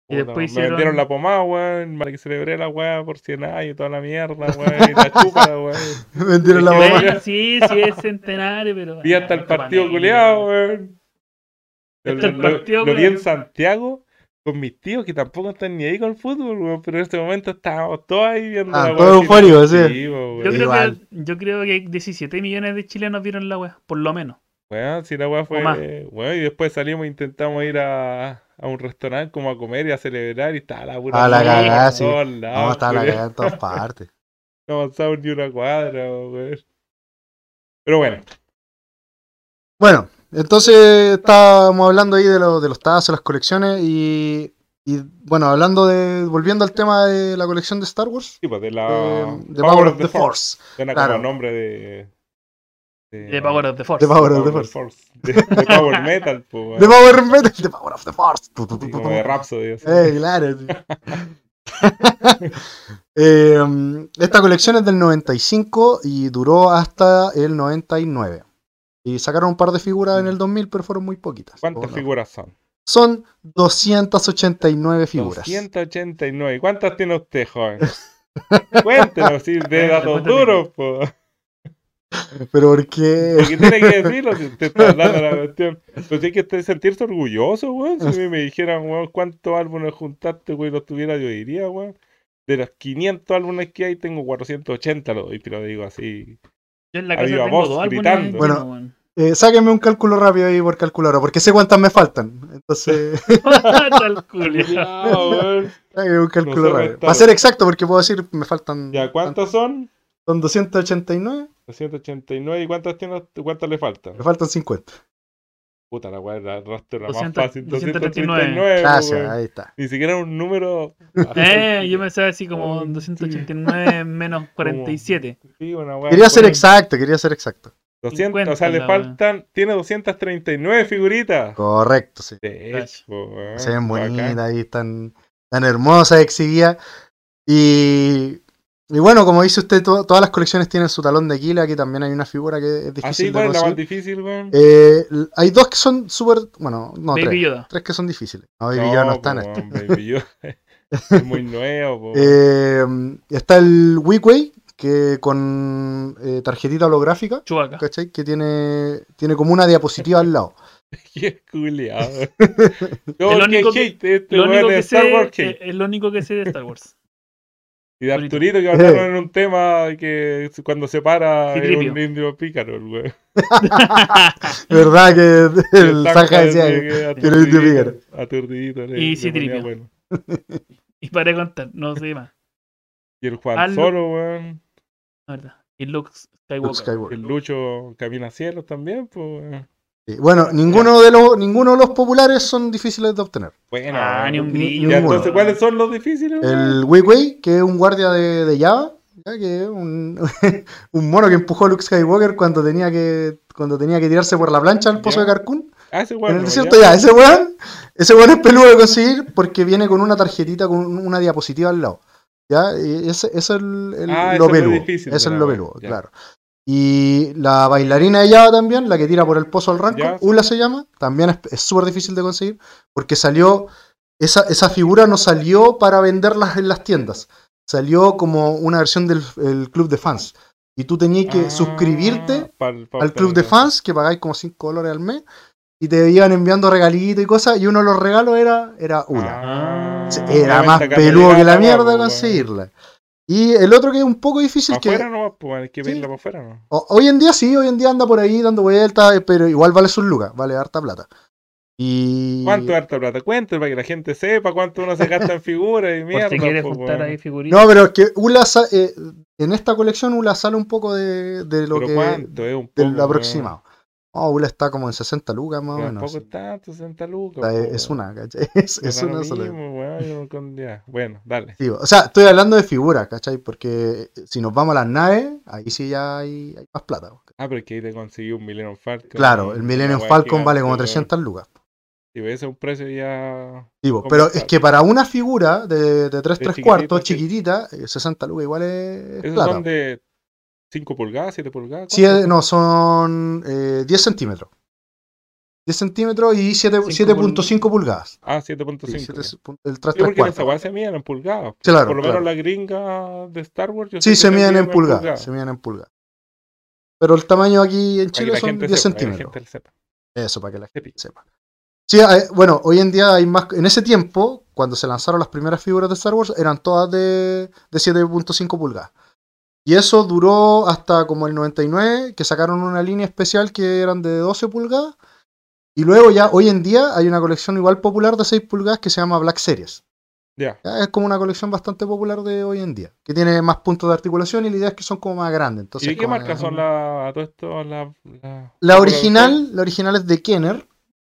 Y Puta, después me hicieron- vendieron la pomada, weón, para que celebré la weá por 100 años y toda la mierda, weón, y [laughs] la chupa, weón. Vendieron la Sí, mamá. weá. Sí, sí, es centenario, pero. eh, Vi hasta el Copa partido América, culeado, weón. Hasta el Lo- lo- partido Lo vi en culeado. Santiago con mis tíos que tampoco están ni ahí con el fútbol, weón, pero en este momento estábamos todos ahí viendo Ah, la todos weá. eufóricos, sí. weón. Yo creo, que, Igual. yo creo que 17 millones de chilenos vieron la weá, por lo menos. Weón, si la weá fue. más. Weón, y después salimos e intentamos ir a, a un restaurante como a comer y a celebrar y estaba la pura. Ah, la mierda cagá, por sí. todos No, lados, estaba la culiao. cagada en todas partes. No avanzamos ni una cuadra, weón. Pero bueno, Bueno, entonces estábamos hablando ahí de, lo- de los tazos, las colecciones y, y, bueno, hablando de, volviendo al tema de la colección de Star Wars, sí, pues de de, la. de Power of the Force. Suena claro. como nombre de. De Power of the Force. De Power of the Force. Force. De, de Power Metal, [laughs] pues, weón. De Power Metal, de Power of the Force. Tu, tu, tu, Sí, tu, como tu. de Rhapsody. así. Eh, claro. sí. [laughs] Eh, esta colección es del 95 y duró hasta el 99. Y sacaron un par de figuras en el 2000, pero fueron muy poquitas. ¿Cuántas Bueno, figuras son? Son 289 figuras. 189. ¿Cuántas tiene usted, joven? [laughs] Cuéntenos, sí, [laughs] de datos Cuéntame. duros, pues. Pero ¿por qué? Porque tiene que decirlo [laughs] si usted está hablando de la cuestión. Pues tiene que usted sentirse orgulloso, weón. Si a mí me dijeran, weón, cuántos álbumes juntaste, weón, los tuviera, yo diría, weón. De los 500 álbumes que hay, tengo 480, lo doy, te lo [laughs] digo así. Yo en la A casa viva tengo voz, dos álbumes. gritando. llenos, Bueno. weón. Eh, sáquenme un cálculo rápido ahí por calculadora, porque sé cuántas me faltan. [laughs] Entonces, [laughs] Tal culiao. Ya, weón. sáquenme un cálculo Nosotros rápido. estamos- Para ser exacto, porque puedo decir, me faltan... ¿Ya cuántos son? Son 289, 289. ¿Y cuántas, tiene, cuántas le faltan? me faltan 50. Puta la weá, la rastro era 200, más fácil. 239. 239. Gracias, weón. ahí está. Ni siquiera un número. [laughs] Eh, yo pensaba así como Sí. 289 menos 47. Sí, una weá, Quería ser weón. exacto, quería ser exacto. 200, o sea, 50 le la weá. faltan. Tiene 239 figuritas. Correcto, sí. De Cacho. hecho, weón, Se ven Eh, bacán. Ah, bonitas ahí, tan, tan hermosas, exhibidas. Y, y bueno, como dice usted, to- todas las colecciones tienen su talón de Aquila, aquí también hay una figura que es difícil Así, de ¿cuál es Ah, la más conseguir. difícil, weón? Eh, l- hay dos que son súper, bueno, no, Baby tres. Yoda. Tres que son difíciles. No, Baby Yoda no po, está en este. weón, Baby [laughs] [laughs] Yoda. es muy nuevo, po. Eh, está el Wickway, que con eh, tarjetita holográfica, Chubaca. Este ¿cachai? Que tiene, tiene como una diapositiva al lado. [laughs] Qué [laughs] culiado. El Todo que único que- hate este Lo weón único de que Star Wars sé hate. es es lo único que sé de Star [laughs] Wars. Y de Arturito. Arturito que hablaron Eh. en un tema que es cuando se para es Citripio. un indio pícaro, el weón. ¿Verdad [laughs] que [laughs] eh. el Saca Sanja decía ese que... que tiene un indio aturdidito- aturdidito le- Y le Citripio. ponía bueno. y para de contar, no sé más. Y el Juan Algo- Solo, weón. la verdad. y Luke Skywalker. Luke Skywalker. El Lucho camina cielos también, pues. Sí, eh, Bueno, ninguno de, los, ninguno de los populares son difíciles de obtener. Bueno, Ah, ni un ni- brillo. ya, ninguno. entonces, ¿cuáles son los difíciles? weón? El Wei Wei, que es un guardia de, de Java, ya que es un, [laughs] un mono que empujó a Luke Skywalker cuando tenía que cuando tenía que tirarse por la plancha al pozo Ya. de Carcún. Ah, ese weón, En el ¿no? desierto Ya. ya, ese weón, ese weón es peludo de conseguir porque viene con una tarjetita con una diapositiva al lado. ¿Ya? Y ese, eso es el, el- Ah, eso lo es lo peludo. difícil de Eso la es lo wea, peludo, ya. claro. Y la bailarina de Java también, la que tira por el pozo al rango, Ya. Ula se llama, también es- es súper difícil de conseguir porque salió, esa, esa figura no salió para venderlas en las tiendas, salió como una versión del el club de fans. Y tú tenías que Ah, suscribirte pal- pal- al club de pal- fans que pagáis como 5 dólares al mes y te iban enviando regalitos y cosas y uno de los regalos era, era una. Ah, era la más venta peludo que la carnera, mierda weón. conseguirla. Y el otro que es un poco difícil Pa' que afuera no, pues, hay que Sí. verla para afuera, ¿no? o- hoy en día sí, hoy en día anda por ahí dando vueltas, eh, pero igual vale sus lucas, vale harta plata. Y ¿Cuánto es harta plata? Cuéntame para que la gente sepa cuánto uno se gasta en figuras [laughs] y Por mierda. si quieres pues, juntar weón. ahí figuritas. No, pero es que Ula sa- eh, en esta colección Ula sale un poco de, de lo Pero que cuánto es un poco. del weón. aproximado. No, Ula está como en 60 lucas más o menos. Tampoco sí. es tanto, 60 lucas. O sea, po, es weón. una, ¿cachai? [laughs] Es, Me es da lo una sola. mismo, weón, yo no con- ya. Bueno, dale. Sí, o sea, estoy hablando de figuras, ¿cachai? Porque eh, si nos vamos a las naves, ahí sí ya hay, hay más plata. po. Ah, pero es que ahí te conseguí un Millennium Falcon. Claro, y el una Millennium weá Falcon vale gigante, como weón. 300 lucas. po. Y ese es un precio ya. Sí, po, Como pero es plata. que para una figura de, de 3, De 3 chiquitita, cuartos, sí. chiquitita, eh, 60 lucas igual es Esos plata. son de 5 pulgadas, 7 pulgadas. Sí, ¿cuánto? eh, no, son eh, 10 centímetros. 10 centímetros y siete- Cinco 7.5 pulgadas. Ah, Sí, 7.5. siete- ya. el 3, Sí, porque las cuartos. aguas se miden en pulgadas. Claro, Por lo menos claro. la gringa de Star Wars. yo sé Sí, que se miden en pulgadas. pulgadas. Se miden en pulgadas. Pero el tamaño aquí en Para que Chile la son gente 10 sepa, para que la centímetros. gente sepa. Eso, para que la gente Epi. sepa. Sí, hay- bueno, hoy en día hay más. En ese tiempo, cuando se lanzaron las primeras figuras de Star Wars, eran todas de, de 7.5 pulgadas. Y eso duró hasta como el 99, que sacaron una línea especial que eran de 12 pulgadas. Y luego ya, hoy en día, hay una colección igual popular de 6 pulgadas que se llama Black Series. Ya. Ya, Es como una colección bastante popular de hoy en día, que tiene más puntos de articulación y la idea es que son como más grandes. Entonces, ¿Y de qué como- marca son las. todo esto? La, la, la original, la original es de Kenner,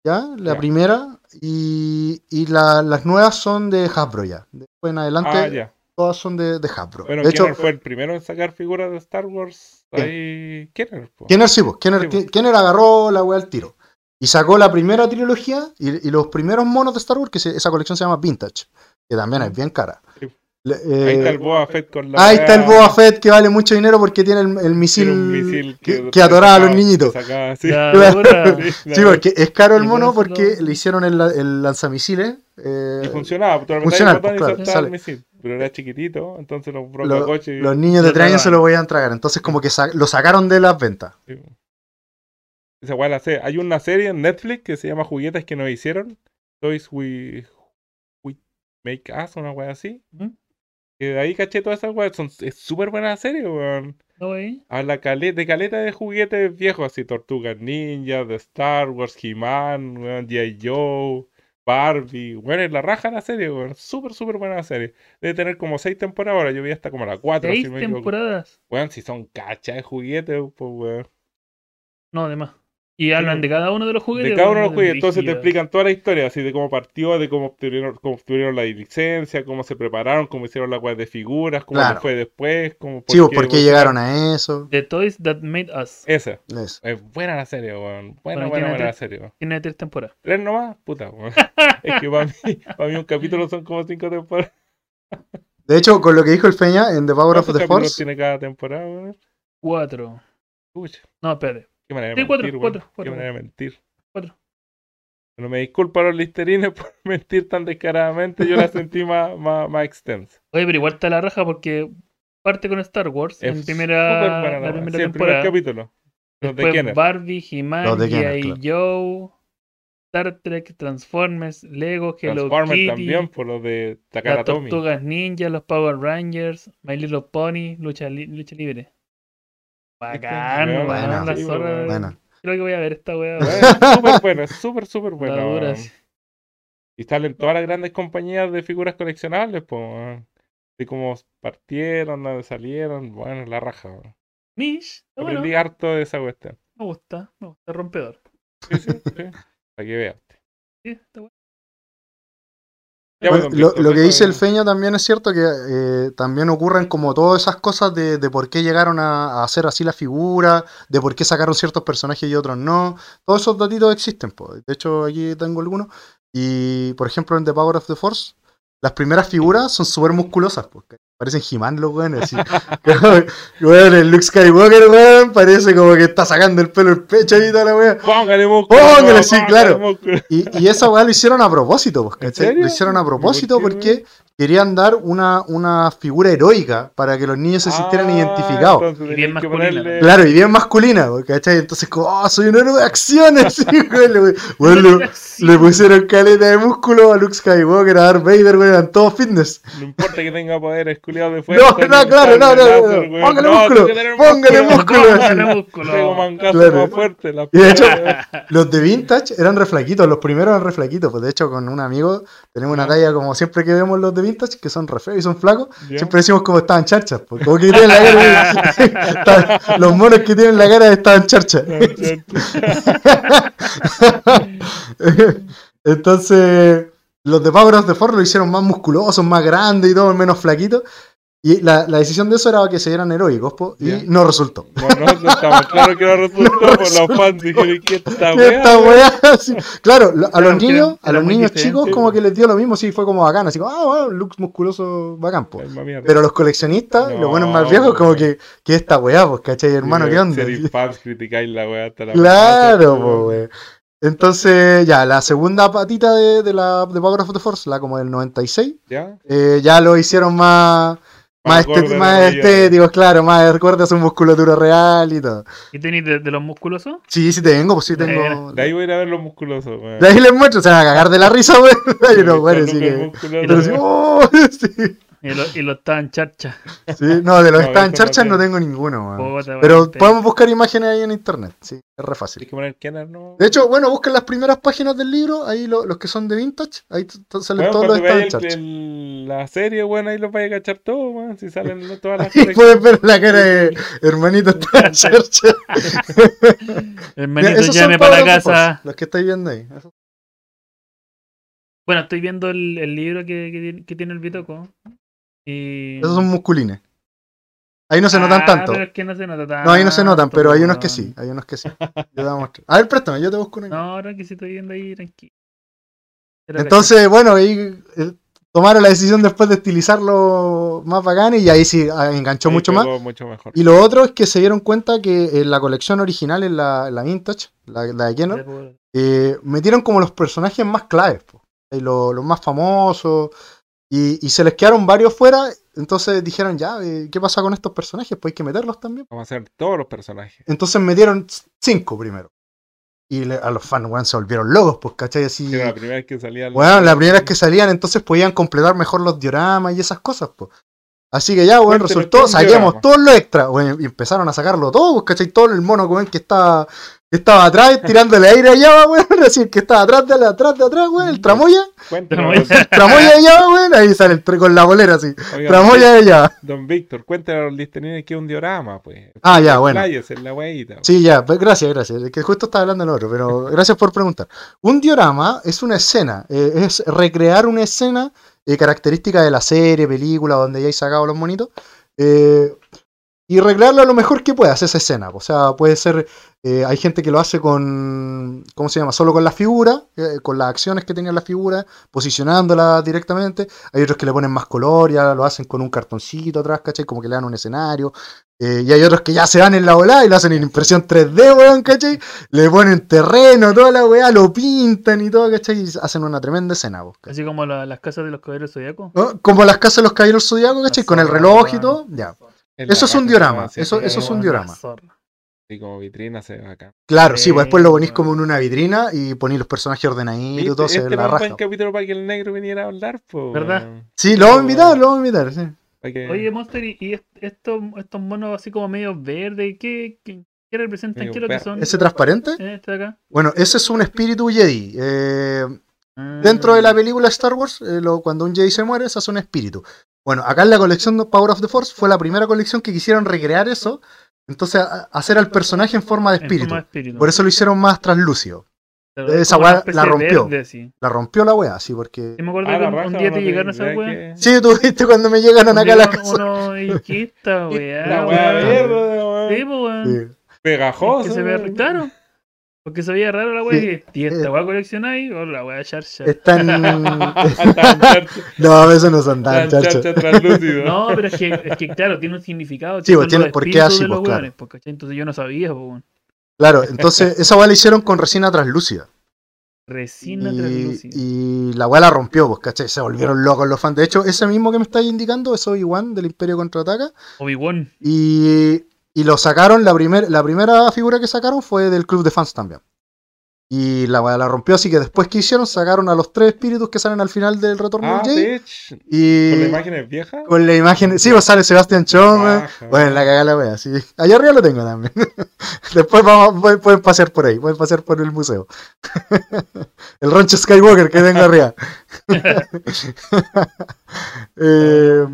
¿ya? La Ya. primera. Y, y la- las nuevas son de Hasbro ya. Después en adelante, Ah, ya. todas son de, de Hasbro. Bueno, de hecho, Kenner fue el primero en sacar figuras de Star Wars. ¿Quién? Ahí. Kenner, po. Kenner sí, pues, Kenner, Sí, pues. Kenner agarró la weá al tiro. Y sacó la primera trilogía y, y los primeros monos de Star Wars, que se- esa colección se llama Vintage, que también es bien cara. Sí. Le- Ahí está eh, el Boa Fett con la. ahí está el weá, Boba Fett que vale mucho dinero porque tiene el, el misil, tiene un misil que, que atoraba a los sacaba- niñitos. sacaba así. Ya, Sí. dura. [laughs] Sí, [laughs] Sí, la- porque es caro el Y bueno, mono eso porque lo- le hicieron el, la- el lanzamisiles. eh, Y funcionaba, tú apretabas funcional, el botón y pues, claro, saltaba el sale. misil, pero era chiquitito, entonces los lo- brocacoches... los niños de lo 3 años se tragaban. lo podían tragar. Entonces, como que sa- lo sacaron de las ventas. Sí. Esa weá la sé. Hay una serie en Netflix que se llama Juguetes que nos hicieron. Toys We, we Make Us, una weá así. Ujú. Que de ahí caché todas esas weas. Son, es súper buena la serie, weón. No, ahí. Habla cale- de caleta de juguetes viejos, así Tortugas Ninja, de Star Wars, He-Man, weón, G.I. Joe, Barbie. Weón, es la raja la serie, weón. Súper, súper buena la serie. Debe tener como seis temporadas. ahora. Yo vi hasta como la cuatro, si Seis no me equivoco. temporadas. Weón, si son cachas de juguetes, pues weón. No, además. Y hablan de cada uno de los juguetes. De cada uno de los pues, juguetes, entonces te brígido. explican toda la historia, así de cómo partió, de cómo obtuvieron, cómo obtuvieron la licencia, cómo se prepararon, cómo hicieron la web de figuras, cómo Claro. le fue después, cómo Sí, pues, ¿por qué, evolucionaron. llegaron a eso? The Toys That Made Us. Esa, Eso. es buena la serie, weón. Bueno, Buena, buena, tiene buena tres- la serie, weón. Tiene tres temporadas. ¿Tres nomás? [laughs] Puta, weón. es que para mí, para mí un capítulo son como cinco temporadas. De hecho, con lo que dijo el Peña en The Power ¿Cuántos of the capítulos Force, Ah, este tiene cada temporada, weón? Cuatro. Uy, No, espérate. qué manera de Sí, cuatro, mentir, weón. cuatro, Qué cuatro, manera de mentir. Cuatro. Bueno, me disculpo a los listerines [laughs] por mentir tan descaradamente, [laughs] yo la sentí más, más, más extensa. Oye, pero igual está la raja porque parte con Star Wars en primera, superbuena la primera wea. Sí, el primer temporada. capítulo. Los de Después Kenner. Barbie, He-Man, Los de Kenner, G.I. claro. Joe, Star Trek, Transformers, Lego, Hello Transformers Kitty, también, por los de Takara las Tomy. Tortugas Ninja, los Power Rangers, My Little Pony, Lucha, li- lucha Libre. Bacán, Este es weón, bueno, la sí, zorra. weón. bueno, Creo que voy a ver esta weá. Bueno, pues, weón. Súper buena, súper, súper La buena. dura, weón. sí. Y salen todas las grandes compañías de figuras coleccionables, pues. De cómo partieron, dónde salieron. Bueno, la raja. weón. Mish, está bueno, Aprendí me harto de esa cuestión. gusta, me gusta, rompedor. Sí, [laughs] sí, sí. Para que veas. Sí, está bueno. Ya, pues, Bueno, don lo, Víctor, lo que eso dice el es- Feña también es cierto que eh, también ocurren como todas esas cosas de, de por qué llegaron a, a hacer así la figura, de por qué sacaron ciertos personajes y otros no. Todos esos datitos existen, po. de hecho aquí tengo algunos. Y por ejemplo en The Power of the Force, las primeras figuras son súper musculosas, po. parecen He-Man los weones. [laughs] así. Weón, el Luke Skywalker, weón, parece como que está sacando el pelo el pecho y toda la wea. Póngale músculo. Póngale, no, sí, claro. músculo. Y, y esa weá lo hicieron a propósito, pues, ¿cachai? serio? Lo hicieron a propósito ¿Y por qué, porque querían dar una, una figura heroica para que los niños se sintieran Ah, identificados. entonces Y bien tenés que masculina, ponerle- Claro, y bien masculina, pues, ¿cachai? Entonces, como, oh, soy un héroe de [laughs] acciones. y, weón, le- weón, [laughs] le, le pusieron caleta de músculo a Luke Skywalker, a Darth Vader, weón, eran todos fitness. No importa que tenga poderes culiados de fuerza. [laughs] no, claro, no, no, no, no. Póngale músculo, póngale músculo. [laughs] Tengo mancazo Claro. más fuerte. La Y de hecho, puta. Los de Vintage eran reflaquitos, los primeros eran reflaquitos. Pues de hecho, con un amigo tenemos Ah. una talla como siempre que vemos los de Vintage, que son re feos y son flacos. Ya. Siempre decimos como estaban charchas, pues, como que tienen la cara. [laughs] estaban- los monos que tienen la cara estaban charchas. [laughs] Entonces, los de Power of the Force lo hicieron más musculosos, más grandes y todo, menos flaquitos. Y la, la decisión de eso era que se dieran heroicos, po, y Ya. no resultó. Bueno, no estamos claro que [laughs] no resultó por los fans. Dijeron que esta Esta weá. weá, [laughs] sí. Claro, lo- a Claro, los que niños, eran- a eran los muy niños diferentes, chicos como que les dio lo mismo, sí, fue como bacán, así como, ah, bueno, looks musculoso, bacán, po. Calma, mierda. Pero los coleccionistas, No, los buenos más viejos, como weón. que, que esta weá, pues, ¿cachai, hermano? Sí, ¿Qué onda? Ser fans criticáis la weá hasta la Claro, masa, po, wey. Entonces, ya, la segunda patita de, de la de Power of the Force, la como del 96, ¿Ya? eh, ya lo hicieron más, más, Para estet- gordo, este, más no, ya. estéticos, claro, más de acuerdo a su musculatura real y todo. ¿Y tenéis de, de los musculosos? Sí, sí tengo, pues sí tengo. Bueno, De ahí voy a ir a ver los musculosos, weón. De ahí les muestro, se van a cagar de la risa, [laughs] wey. Hay unos güeyes, sí Lucas que. musculoso, Y pero sí, weón. ¡oh! [laughs] sí, Y los y los estaban charcha. sí, no, de los No, que estaban eso charchas no también. tengo ninguno, weón. Puta, weón, Ah. Pero te- podemos buscar imágenes ahí en internet, sí, es re fácil. Tienes que poner Kenner, ¿no? De hecho, bueno, busquen las primeras páginas del libro, ahí lo- los que son de vintage, ahí t- t- salen Weón, todos los cuando estados en veáis el- charcha. el- la serie, weón, ahí los vais a cachar todos, weón. Si salen [laughs] lo- todas las Y puedes ver la cara de hermanito está en charcha. Mira, Hermanito, esos son pues. llame para la Power of the casa. Force, Los que estáis viendo ahí. Bueno, estoy viendo el, el libro que, que tiene- que tiene el Bitoco. Y... Esos son musculines. Ahí no se Mm. Ah, notan tanto. Pero es que no se nota tanto. No, ahí no se notan, pero hay unos que weón. sí. Hay unos que sí. Yo te voy a mostrar. A ver, préstame, yo te busco una. No, ahora que sí estoy viendo ahí, tranquilo. Pero Entonces, bueno, ahí eh, tomaron la decisión después de estilizarlo más bacán y ahí sí ah, enganchó Ahí mucho pegó más. Mucho mejor. Y lo otro es que se dieron cuenta que en la colección original, en la, en la vintage, la, la de Kenner, cachai, po, eh, metieron como los personajes más claves, po, y lo- los más famosos, y, y se les quedaron varios fuera, entonces dijeron, ya, eh, ¿qué pasa con estos personajes? Pues hay que meterlos también. Vamos a hacer todos los personajes. Entonces metieron cinco primero. Y le- a los fans, weón, se volvieron locos, pues, ¿cachai? Así, Era la primera vez que salía. weón, las primeras que salían, entonces podían completar mejor los dioramas y esas cosas, pues. Así que ya, weón, Cuénteme, resultó, ¿qué saquemos diorama? todos los extras, weón, y empezaron a sacarlo todo, pues, ¿cachai? Todo el mono, weón, que estaba, que estaba atrás, tirándole aire allá, weón, [laughs] así, el que estaba atrás, de atrás, de atrás, weón, el tramoya, Cuéntanos. tramoya de allá, weón, ahí sale el tre- con la bolera, así, Oiga, tramoya de allá. Don Víctor, cuéntanos a los listerines que es un diorama, pues. Ah, ya, bueno. Playas en la weita. Sí, ya, pues, gracias, gracias. Es que justo estaba hablando el otro, pero gracias por preguntar. Un diorama es una escena, eh, es recrear una escena eh, característica de la serie, película, donde hayáis sacado los monitos, eh, y recrearla lo mejor que puedas, esa escena. O sea, puede ser, eh, hay gente que lo hace con, ¿cómo se llama? Solo con la figura, eh, con las acciones que tengan la figura, posicionándola directamente. Hay otros que le ponen más color, ya lo hacen con un cartoncito atrás, ¿cachai? Como que le dan un escenario. Eh, y hay otros que ya se van en la volada y lo hacen en impresión 3D, weón, ¿cachai? Le ponen terreno, toda la weá, lo pintan y todo, ¿cachai? Y hacen una tremenda escena, vos, ¿cachai? Así como la- las casas de los caballeros zodiacos. ¿No? Como las casas de los caballeros zodiacos, ¿cachai? Con el reloj y todo, ya. En la Eso es un raja, diorama, así, eso- pero eso es un bueno, diorama. así como vitrina se ve acá. Claro, sí, pues después lo ponís Sí. como en una vitrina y ponís los personajes ordenaditos, todo se este ve la era un buen raja. capítulo para que el negro viniera a hablar, pues. ¿Verdad? Sí, lo vamos a invitar, lo vamos a invitar, sí. Oye, Monster, ¿y y est- estos, estos monos así como medio verdes, qué, qué, qué representan? Medio ¿Qué es lo que verde. son? ¿Ese transparente? Eh, Este de acá. Bueno, ese es un espíritu Jedi. eh, Ah, dentro de la película Star Wars, eh, lo- cuando un Jedi se muere, se hace un espíritu. Bueno, acá en la colección de Power of the Force fue la primera colección que quisieron recrear eso Entonces, a- hacer al personaje en forma de en espíritu. forma de espíritu. Por eso lo hicieron más translúcido. Claro, esa como una weá la especie de rompió. verde, así. La rompió la wea, sí, porque. Sí, me acuerdo Ah, que la un, raja, un día no te tenía llegaron esas idea weas. que- Sí, tú viste cuando me llegaron acá a la casa. Uno, y qué [laughs] esta weá, La wea weá weón. verde, mierda, weón. Sí, pues, weón. Sí. Pegajosa. que se vea weón. claro. Porque se veía raro la weá. Sí. y- Y esta weá coleccionáis, o la weá charcha. [laughs] Están. [laughs] Tan charcha, No, eso no son tan tan charchas. charcha translúcido. No, pero es que, es que claro, tiene un significado. Sí, que pues, son tiene- los ¿por qué espíritus así, de los pues, claro. weones, pues, ¿cachai? Entonces yo no sabía, pues, weón. Claro, entonces esa weá la hicieron con resina translúcida. Resina Y, translúcida. y la weá la rompió, pues, ¿cachai? Se volvieron locos los fans. De hecho, ese mismo que me estáis indicando es Obi-Wan del Imperio Contraataca. [laughs] Obi-Wan. Y, y lo sacaron, la, primer- la primera figura que sacaron fue del club de fans también. Y la weá la rompió, así que después que hicieron, sacaron a los tres espíritus que salen al final del retorno Ah, del Jedi. bitch. ¿Con la Y imagen Ah, es vieja? con la imagen, sí, pues sale Sebastián Chong. weón. Baja, Bueno, la cagá la wea, sí. Allá arriba lo tengo también. [laughs] Después vamos, pu- pueden pasear por ahí, pueden pasear por el museo. [laughs] el roncho Skywalker que tengo arriba. [laughs] Eh,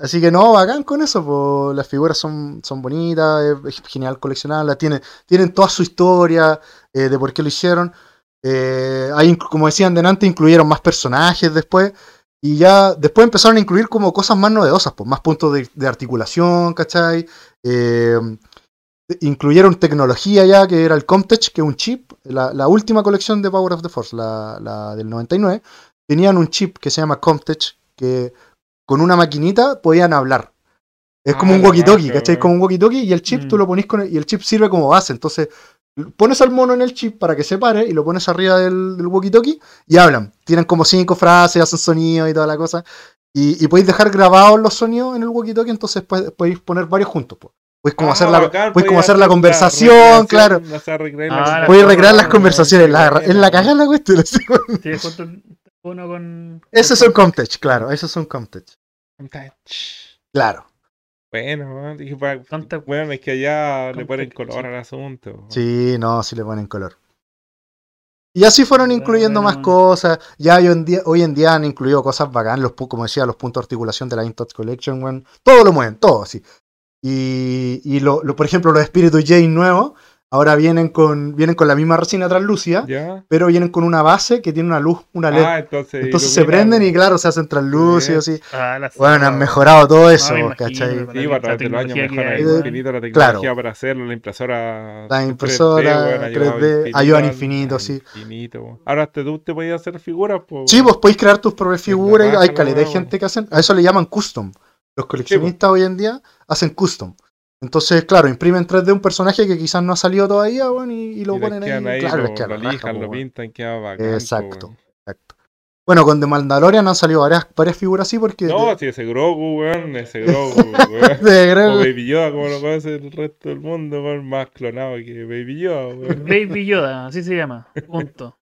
así que no, bacán con eso, po. las figuras son, son bonitas, es genial coleccionarlas, tienen, tienen toda su historia eh, de por qué lo hicieron. Eh, hay, inc- como decían delante, incluyeron más personajes después. Y ya después empezaron a incluir como cosas más novedosas, pues más puntos de, de articulación, ¿cachai? Eh, incluyeron tecnología ya, que era el Comtech, que es un chip. La, la última colección de Power of the Force, la, la del 99, tenían un chip que se llama Comtech, que con una maquinita podían hablar. Es como Ah, un la walkie-talkie, raja, ¿cachai? weón. Como un walkie-talkie y el chip tú Mm. lo pones con el- y el chip sirve como base. Entonces pones al mono en el chip para que se pare y lo pones arriba del, del walkie-talkie y hablan. Tienen como cinco frases, hacen sonido y toda la cosa. Y, y podéis dejar grabados los sonidos en el walkie-talkie, entonces pues, podéis poner varios juntos. po. Podéis como Ah, hacer la, bacán, podéis como podía hacer la hacer conversación, claro. recreación, o sea, recrear Ah, la- Podéis recrear recrear las la- conversaciones. La, recrear es la cagada la [laughs] cuestión. así, bueno. Sí, junto uno con. Ese es un Comtech, claro. Ese es un Comtech. Touch. Claro. Bueno, weón, dije, pa- Tanta- bueno, es que allá le Tanta ponen cuestión. color al asunto. weón. Sí, no, sí le ponen color. Y así fueron Bueno, incluyendo bueno, más bueno. cosas. Ya hoy en día, hoy en día han incluido cosas bacán, los, pu- como decía, los puntos de articulación de la Intox Collection, weón. Todo lo mueven, todo, sí. Y, y lo, lo- por ejemplo, los espíritus Jane nuevos ahora vienen con, vienen con la misma resina translúcida, ¿Ya? pero vienen con una base que tiene una luz, una LED. Ah, entonces. Entonces se iluminan. prenden y claro, se hacen translúcidos, sí. Ah, la Bueno, zorra, han mejorado todo eso, me ¿cachai? imagino, Sí, a la través de los años tecnología que mejora hay, weón. infinito la Claro. tecnología para hacerlo, la impresora. La 3D, impresora weón, ha llegado 3D, infinito ayudan al- infinito, al sí. infinito, weón. Ahora hasta tú te podías hacer figuras, pues. Sí, vos podéis crear tus propias Sí, la figuras y raja, hay la calidad de weá, gente que hacen. A eso le llaman custom. Los coleccionistas hoy en día hacen custom. Entonces, claro, imprimen 3D un personaje que quizás no ha salido todavía, weón, y, y lo Y les ponen ahí. quedan ahí, claro, les lo, queda la lo raja, lijan, po, lo weón. pintan, queda bacán. po, Exacto. weón. Exacto. Bueno, con The Mandalorian han salido varias, varias figuras así porque. [laughs] No, si ese Grogu, weón, ese Grogu, weón. de- de- O Baby Yoda, como lo conoce el resto del mundo, weón, más clonado que Baby Yoda, weón. Baby Yoda, así se llama. Punto.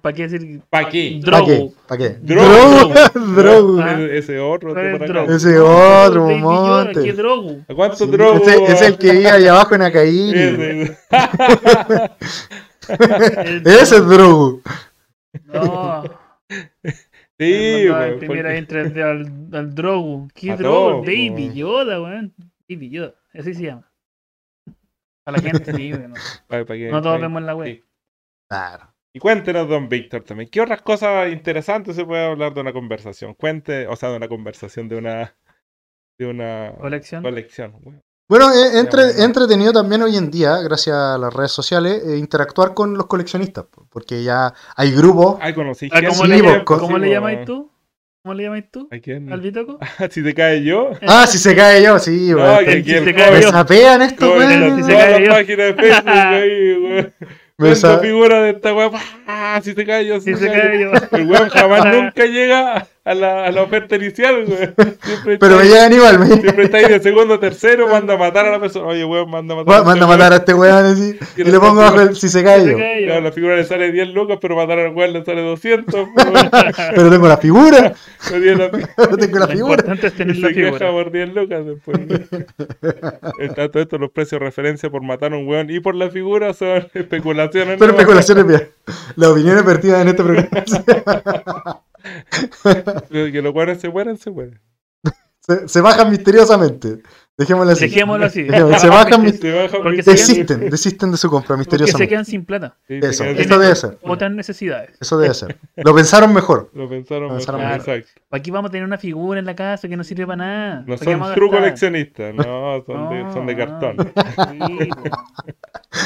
¿Para qué decir ¿Pa' qué? ¿Para Drogo? qué? ¿Para qué? Drogo. Drogo. Drogo. [laughs] Ah. Ese- Ese otro, ¿Cuál que es por Drogo? acá. Ese otro, Baby Yoda, monte. ¿Qué drogo? ¿A cuánto Sí, Drogo? ese- es el weón? que vive ahí abajo en Acaín. Ese- El Ese es drogo. Drogo. No. Sí, mandaba weón. en primera porque- entre al, al Drogo. ¿Qué A Drogo? todos, Baby po. Yoda, weón. Baby Yoda. Así se llama. A la gente sí, weón. Pa- pa' que- No pa' todos que- vemos la web. Sí. Claro. Y cuéntenos, don Víctor, también. ¿Qué otras cosas interesantes se puede hablar de una conversación? Cuente, o sea, de una conversación, de una. de una. Colección. colección, weón. Bueno, es entre, bueno. entretenido también hoy en día, gracias a las redes sociales, eh, interactuar con los coleccionistas, po, porque ya hay grupos. Ay, conocí Ah, ¿Cómo, Sí, le, vos, llamas- con- ¿cómo le sí, llamáis vos. tú? ¿Cómo le llamáis tú? ¿A quién? ¿Al Bitoco? [laughs] si te cae yo. Ah, si se cae yo, sí, No, weón, que- te- que Si se el cae me yo. joven- sapean esto, joven Bueno, de si se la- weón. cae todas yo. las páginas de Facebook [laughs] ahí, weón. Me Tanta sa- figura de esta weá. ¡ah! Si se cae yo, si, Si se se cae cae [laughs] yo. yo. El weón jamás nunca llega a la, a la oferta inicial, weón. Siempre Pero me está, ahí- llegan igual, me [laughs] llegan. siempre está ahí de segundo, tercero, manda a matar a la persona. Oye, weón, manda a matar Bueno, Manda a matar a este weón así, y le pongo bajo el si se Si cae se yo. cae Claro, yo. la figura le sale 10 lucas, pero matar al weón le sale 200. [laughs] weón. Pero tengo la figura, [laughs] Le dio la figura. pero tengo la Lo figura. importante es tener Y la se queja figura. por 10 lucas después. [laughs] Está todo esto, los precios de referencia por matar a un weón y por la figura son [laughs] especulaciones. Pero ¿no? especulaciones, mira, las opiniones vertidas en este programa [laughs] Que los weones se mueren, se mueren. se, se bajan misteriosamente. Dejémoslo así. Dejémoslo así. Dejémoslo. [laughs] Se [laughs] bajan mis- Se baja un Porque misterio. se- Desisten, desisten de su compra Porque se misteriosamente. quedan sin plata. Sí, se Eso, quedan- eso debe ser. Otras necesidades. Eso debe ser. Lo pensaron mejor. Lo pensaron Lo mejor, pensaron mejor. exacto. ¿Para aquí vamos a tener una figura en la casa que no sirve para nada? No ¿Pa' qué vamos son a true gastar? coleccionistas, no, son, de, son de No, cartón. no. Sí, pues.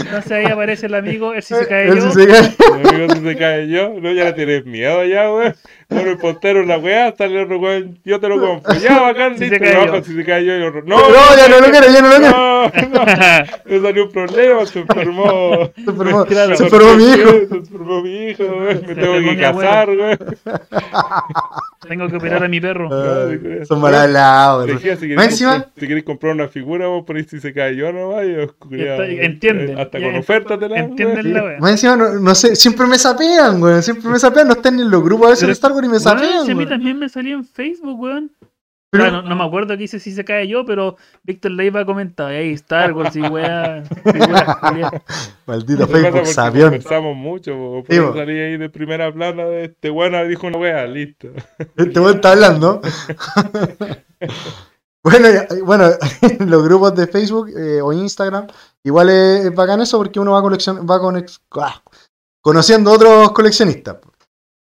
Entonces ahí aparece el amigo, él sí se cae Él yo. Eh, sí se [laughs] cae. Mi amigo se te cae yo, no, ya le tienes miedo ya, weón. Bueno, el portero la weá, sale otro weón, yo te lo compro. Ya, bacán, Si listo, se cae lo yo. bajo, si se cae yo, y lo- No, No, ya no lo quiero, ya no lo quiero. No, [laughs] no, me salió un problema, se enfermó. Se enfermó, Claro. se enfermó mi hijo. Se enfermó mi hijo, weón, me Se tengo enfermó que mi casar, weón. Tengo que operar a mi Eh, perro. Ay, Son mal hablados. Te dije, Si Más querés, encima, si querés comprar una figura, vos ponés si se cae yo nomás y os culiao, Está- entienden, Hasta ya con ent- oferta te la Entienden la wea. más encima no, no sé, siempre me sapean, güey. Siempre me sapean. No están en los grupos a veces Pero- de Star Wars y me Weón, sapean. si a mí güey. también me salió en Facebook, weón. Pero- Ah, no, no me acuerdo qué hice si se cae yo, pero Víctor Leiva comentaba, ahí Star Wars y weá, figuras [laughs] culiadas". Maldito Lo que pasa Facebook porque sapión. Conversamos mucho, po, por Sí, eso po. salí ahí de primera plana de este bueno dijo una wea, listo. [laughs] Este güey está hablando. Bueno, ya- bueno, [laughs] los grupos de Facebook eh, o Instagram, igual es, es bacán eso porque uno va coleccion, va con, ah, conociendo otros coleccionistas.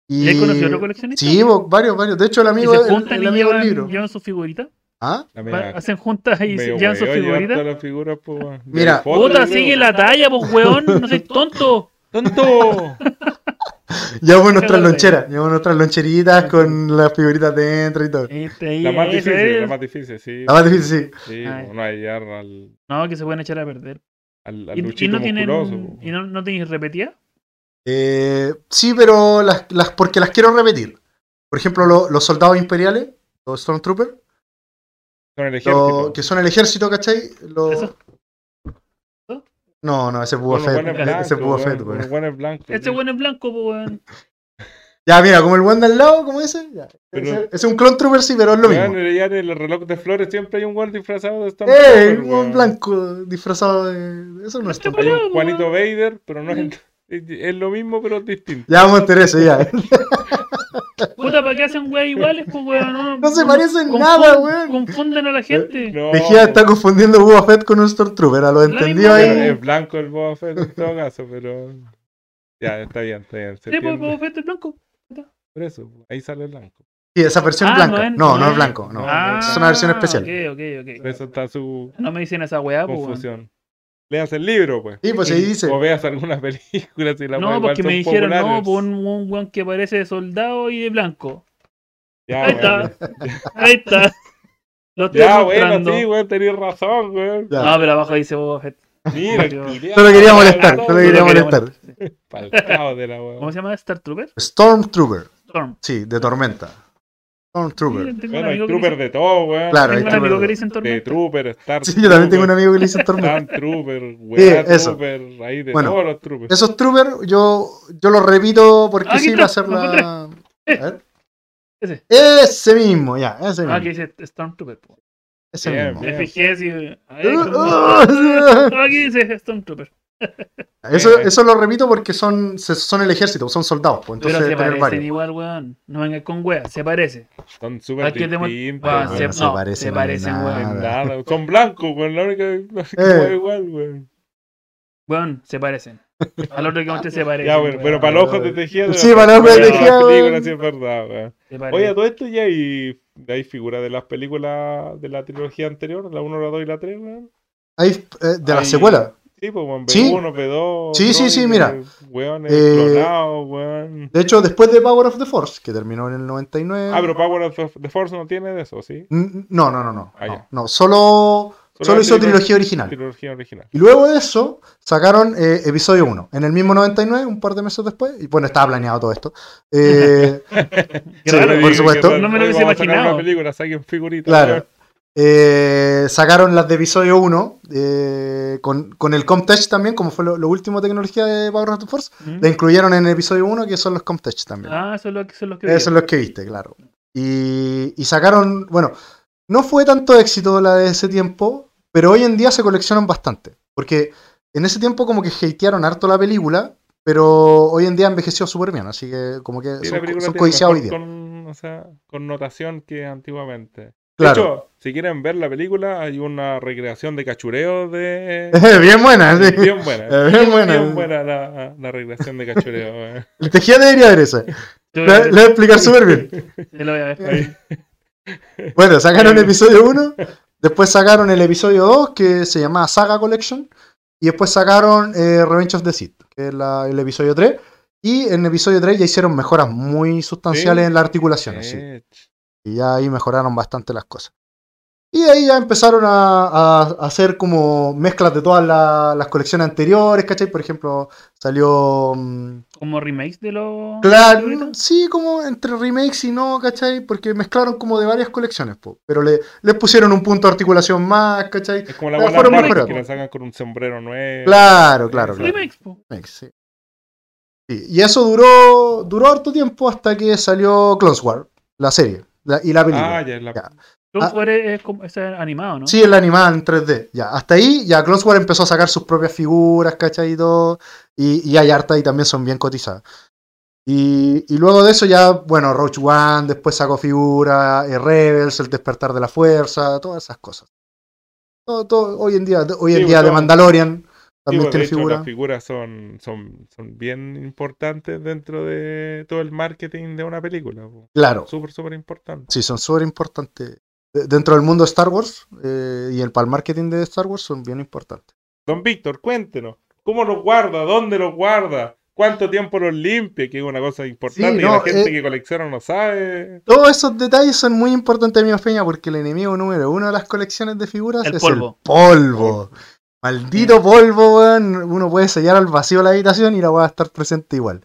¿Y ahí conoció otro coleccionista? Sí, bo- varios, varios. De hecho, el Y amigo, se el, juntan el y amigo del libro. llevan, llevan sus figuritas. ¿Ah? La Va- media- Hacen juntas y se- medio llevan sus hueveo llevar figuritas. todas las figuras, po, weón. Mira. Y las fotos, Puta, yo sigue creo. la talla, pues weón, no soy tonto. ¡Tonto! Llevamos nuestras Claro. loncheras, llevamos nuestras loncheritas con las figuritas dentro y todo. Este, ahí, La más ese difícil, la es. más difícil, sí. La más difícil, sí. Sí, Ay. po, no hay llegar al, No, que se pueden echar a perder. al, al ¿Y, y luchito no tienen, musculoso. po. y no, no tenéis repetida? Eh, sí, pero las, las, porque las quiero repetir. Por ejemplo, lo- los soldados imperiales, los Stormtroopers, Son el ejército. lo- que son el ejército, ¿cachai? Lo- Eso. No, no, ese es Boba Son los Fett. buenos blancos, Ese es Boba weón, Fett, los weón. buenos blancos, Este sí. weón es blanco, pues weón. Ya, mira, como el buen de al lado, como ese. ya. Pero- Ese- ese es un clone trooper, sí, pero es lo Weón, mismo. ya en el reloj de flores siempre hay un weón disfrazado de Star ¡Eh! Trooper, Un weón. blanco disfrazado de. Eso no es Este tan Hay Hola, un Juanito Vader, pero no es, es, es lo mismo, pero es distinto. Ya vamos a tener [laughs] eso, Este ya. Puta, ¿para qué hacen weas iguales, pues weón? No se parecen nada, weón. Confunden a la gente. Eh, No, Mejía "Ah, está confundiendo Boba Fett con un Stormtrooper, a lo misma entendido pero weá. ahí. es blanco el Boba Fett en todo caso, pero. Ya, está bien, está bien. Sí, se pues entiende. Boba Fett es blanco. Por eso, pues, ahí sale el blanco. Sí, esa versión Ah, blanca. no, No, no no es blanco, no. Ah, es una versión especial. Ok, ok, Por eso está su ok. No me dicen esa weá, pues weón. confusión. Leas el libro, pues. Sí, pues ahí Ah, dice. O veas alguna [laughs] película si la No, igual porque son me dijeron, no, populares. por un, un weón que parece de soldado y de blanco. Ya, Ahí Ah, bueno. está. [laughs] Ahí está. Lo estoy Ya, mostrando. bueno, sí, weón, tenías razón, weón. Ya. No, pero abajo dice "Oh, Boba Fett. Mira, Yo- Solo quería molestar, no solo quería quería molestar. Palcao de la ¿Cómo weón. se llama? ¿Star Trooper? Stormtrooper, Storm. sí, de tormenta. Stormtrooper. Sí, tengo un Bueno, hay amigo que le trooper dice- de todo, weón. Claro, hay tengo un trooper amigo de- que le dicen De Tormenta. trooper, Star Sí, yo también tengo un Trooper. amigo que le dice tormenta. Stan Trooper, weá Sí, eso. Trooper, ahí de Bueno, todos los Troopers. Esos Trooper yo, yo los repito porque Aquí sí está, va a ser lo la. A ver. Ese. Ese mismo, ya, ese Ah, que mismo. dice Stormtrooper. po. Ese Bien, mismo. bien. FGS y... Ay, Uh, como- uh, Ah, Aquí dice Stormtrooper. Eso, eso lo repito porque son, se- son el ejército, son soldados, pues entonces Pero se debe tener parecen varios. igual, weón. No vengas con weas, se parece. Son súper Aquí tenemos- distintos. Ah, weón. se- no se no, parecen se parecen, en weón. nada. Nada, son blancos, weón. La única la única Eh. weá igual, weón. Weón, se parecen. Al otro que usted [laughs] se parece. Ya, bueno, pero para los ojos de tejida. Sí, para los ojos de Tejeda, weón. sí es verdad, weón. Oye, a todo esto ya hay, hay figuras de las películas de la trilogía anterior, la 1, la 2 y la 3, weón. Ahí, eh, de la Ahí- secuela. Sí, pues, weón. Sí. B1, B2. Sí, sí, sí, mira. Weón, Eh. clonados, weón. De hecho, después de Power of the Force, que terminó en el 99. Ah, pero Power of the Force no tiene de eso, ¿sí? N- No, no, no, no. Ah, ya. no, no, solo, solo la hizo trilog- trilogía original. Trilogía original. Y luego de eso sacaron eh, episodio 1. En el mismo 99, un par de meses después. Y bueno, estaba planeado todo esto. [laughs] Eh, sí, Claro, Ahora por digo, supuesto. que No me lo hoy hubiese vamos a sacar imaginado. Una película, saquen figuritas. claro. Eh, sacaron las de episodio 1 eh, con, con el Comtech también, como fue lo, lo último tecnología de Power of the Force. La incluyeron en el episodio 1, que son los Comtech también. Ah, son los, son los que. Esos son los que viste, claro. Y, y sacaron, bueno, no fue tanto éxito la de ese tiempo, pero hoy en día se coleccionan bastante. Porque en ese tiempo como que hatearon harto la película, pero hoy en día envejeció súper bien, así que como que Sí, la son, película son tiene codiciados hoy mejor día. con, o sea, connotación que antiguamente. Claro. De [laughs] hecho, si quieren ver la película, hay una recreación de cachureo de. [laughs] bien [laughs] buena, sí. Bien buena. Eh, [laughs] bien buena. Bien buena la, la recreación de cachureo. [laughs] eh. El tejía debería ver esa. Yo Le, le voy a explicar súper bien. yo lo voy a ver. Ahí. Bueno, sacaron el episodio 1, después sacaron el episodio 2, que se llamaba Saga Collection, y después sacaron eh, Revenge of the Sith, que es la- el episodio 3. Y en el episodio 3 ya hicieron mejoras muy sustanciales Sí. en las articulaciones, sí. Eh, ch- Y ya ahí mejoraron bastante las cosas. Y de ahí ya empezaron a, a- a hacer como mezclas de todas la- las colecciones anteriores, ¿cachai? Por ejemplo, salió... mm, Como remakes de los. Claro, mm, ¿Ahorita? sí, como entre remakes y no, ¿cachai? Porque mezclaron como de varias colecciones, po. pero le, les pusieron un punto de articulación más, ¿cachai? Es como la La buena fueron parte que mejorando. la sacan con un sombrero nuevo. Claro, claro, Sí, claro. Remakes, po. Remakes, sí. Sí, Y eso duró, duró harto tiempo hasta que salió Clone War, la serie la- y la película. Ah, ya es la. Ya. Clone Ah. Wars es, como- es animado, ¿no? Sí, el animal en 3D. Ya, hasta ahí ya Clone Wars empezó a sacar sus propias figuras, ¿cachai? Y todo. Y, y hay harta y también son bien cotizadas. Y, y luego de eso ya, bueno, Roach One, después sacó figuras, eh, Rebels, El Despertar de la Fuerza, todas esas cosas. Todo, todo- hoy en día, de- hoy en Sí, día de bueno. Mandalorian Sí, también pues, de tiene hecho, figuras. Las figuras son, son, son bien importantes dentro de todo el marketing de una película. po. Claro, Súper, súper importante. sí, son súper importantes. De- dentro del mundo de Star Wars eh, y el, para el marketing de Star Wars son bien importantes. Don Víctor, cuéntenos. ¿Cómo los guarda? ¿Dónde los guarda? ¿Cuánto tiempo los limpia? Que es una cosa importante Sí, y no, la gente eh. que colecciona no sabe. Todos esos detalles son muy importantes, amigo Peña, porque el enemigo número uno de las colecciones de figuras El es polvo. el polvo. Maldito polvo, weón. Uno puede sellar al vacío la habitación y la va a estar presente igual.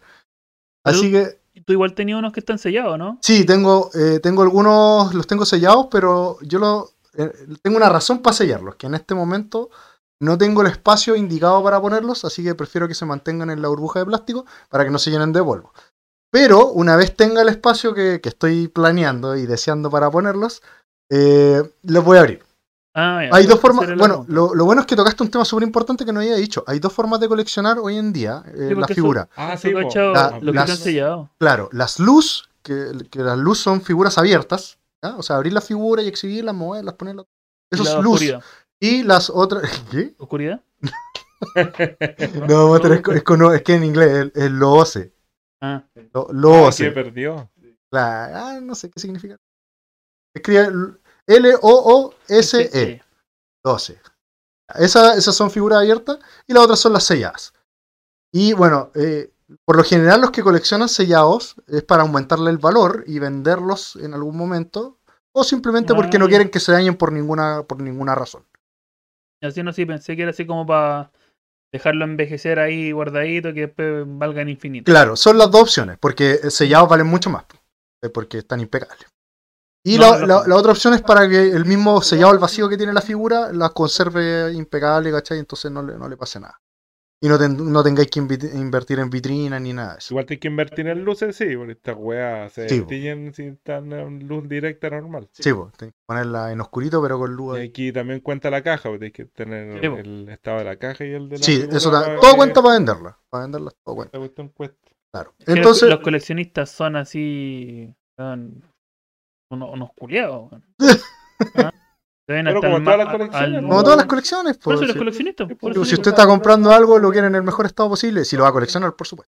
Así que, Tú igual tenías unos que están sellados, ¿no? sí, tengo, eh, tengo algunos, los tengo sellados, pero yo lo, eh, tengo una razón para sellarlos, que en este momento no tengo el espacio indicado para ponerlos, así que prefiero que se mantengan en la burbuja de plástico para que no se llenen de polvo. Pero una vez tenga el espacio que, que estoy planeando y deseando para ponerlos, eh, los voy a abrir. Ah, ya. Hay dos Esa formas. era la Bueno, pregunta. lo, lo bueno es que tocaste un tema súper importante que no había dicho. Hay dos formas de coleccionar hoy en día eh, Sí, la porque eso- figura. Ah, Tú, po. cachao, la- los que las- están sellados. Claro, las luz, que, que las luz son figuras abiertas. ¿ya? O sea, abrir la figura y exhibirlas, moverlas, ponerlas. Eso Y es la luz. Oscuridad. Y las otras. [laughs] ¿Qué? ¿Oscuridad? No, pero es, co- es co- no, es que en inglés es, es loose. Ah, Lo, Ah, loose. que perdió. La- ah, no sé qué significa. Escribe L-O-O-S-E. ese, eh. 12. Esa- esas son figuras abiertas y las otras son las selladas. Y bueno, eh, por lo general los que coleccionan sellados es para aumentarle el valor y venderlos en algún momento o simplemente porque no Ah. quieren que se dañen por ninguna, por ninguna razón. Y Así no, sí, pensé que era así como para dejarlo envejecer ahí guardadito que después valga en infinito. Claro, son las dos opciones, porque sellados valen mucho más, eh, porque están impecables. Y No, la, no. la- la otra opción es para que el mismo sellado al vacío que tiene la figura la conserve impecable, ¿cachai? Entonces no le, no le pase nada. Y no, ten- no tengáis que invi- invertir en vitrinas ni nada de eso. Igual tienes que invertir en luces, sí, porque estas weas se Sí, po. distinguen sin tan eh, luz directa normal. Sí, po, tenés que ponerla en oscurito, pero con luz. Y ahí. aquí también cuenta la caja, porque tienes que tener Sí, pues. po. el estado de la caja y el de la Sí, figura eso para da, todo que cuenta para venderla. Para venderla, todo cuenta, esta cuestión cueste. claro. Que los- Entonces, los, coleccionistas son así. son unos, unos culiados. [laughs] weón. ¿Ah? Se ven Pero hasta como el todas ma- las colecciones, al- ¿no? como todas las colecciones, Por pues, eso los si, coleccionistas. por Pero eso pero si digo. usted está comprando algo, lo quiere en el mejor estado posible, si lo va a coleccionar, por supuesto.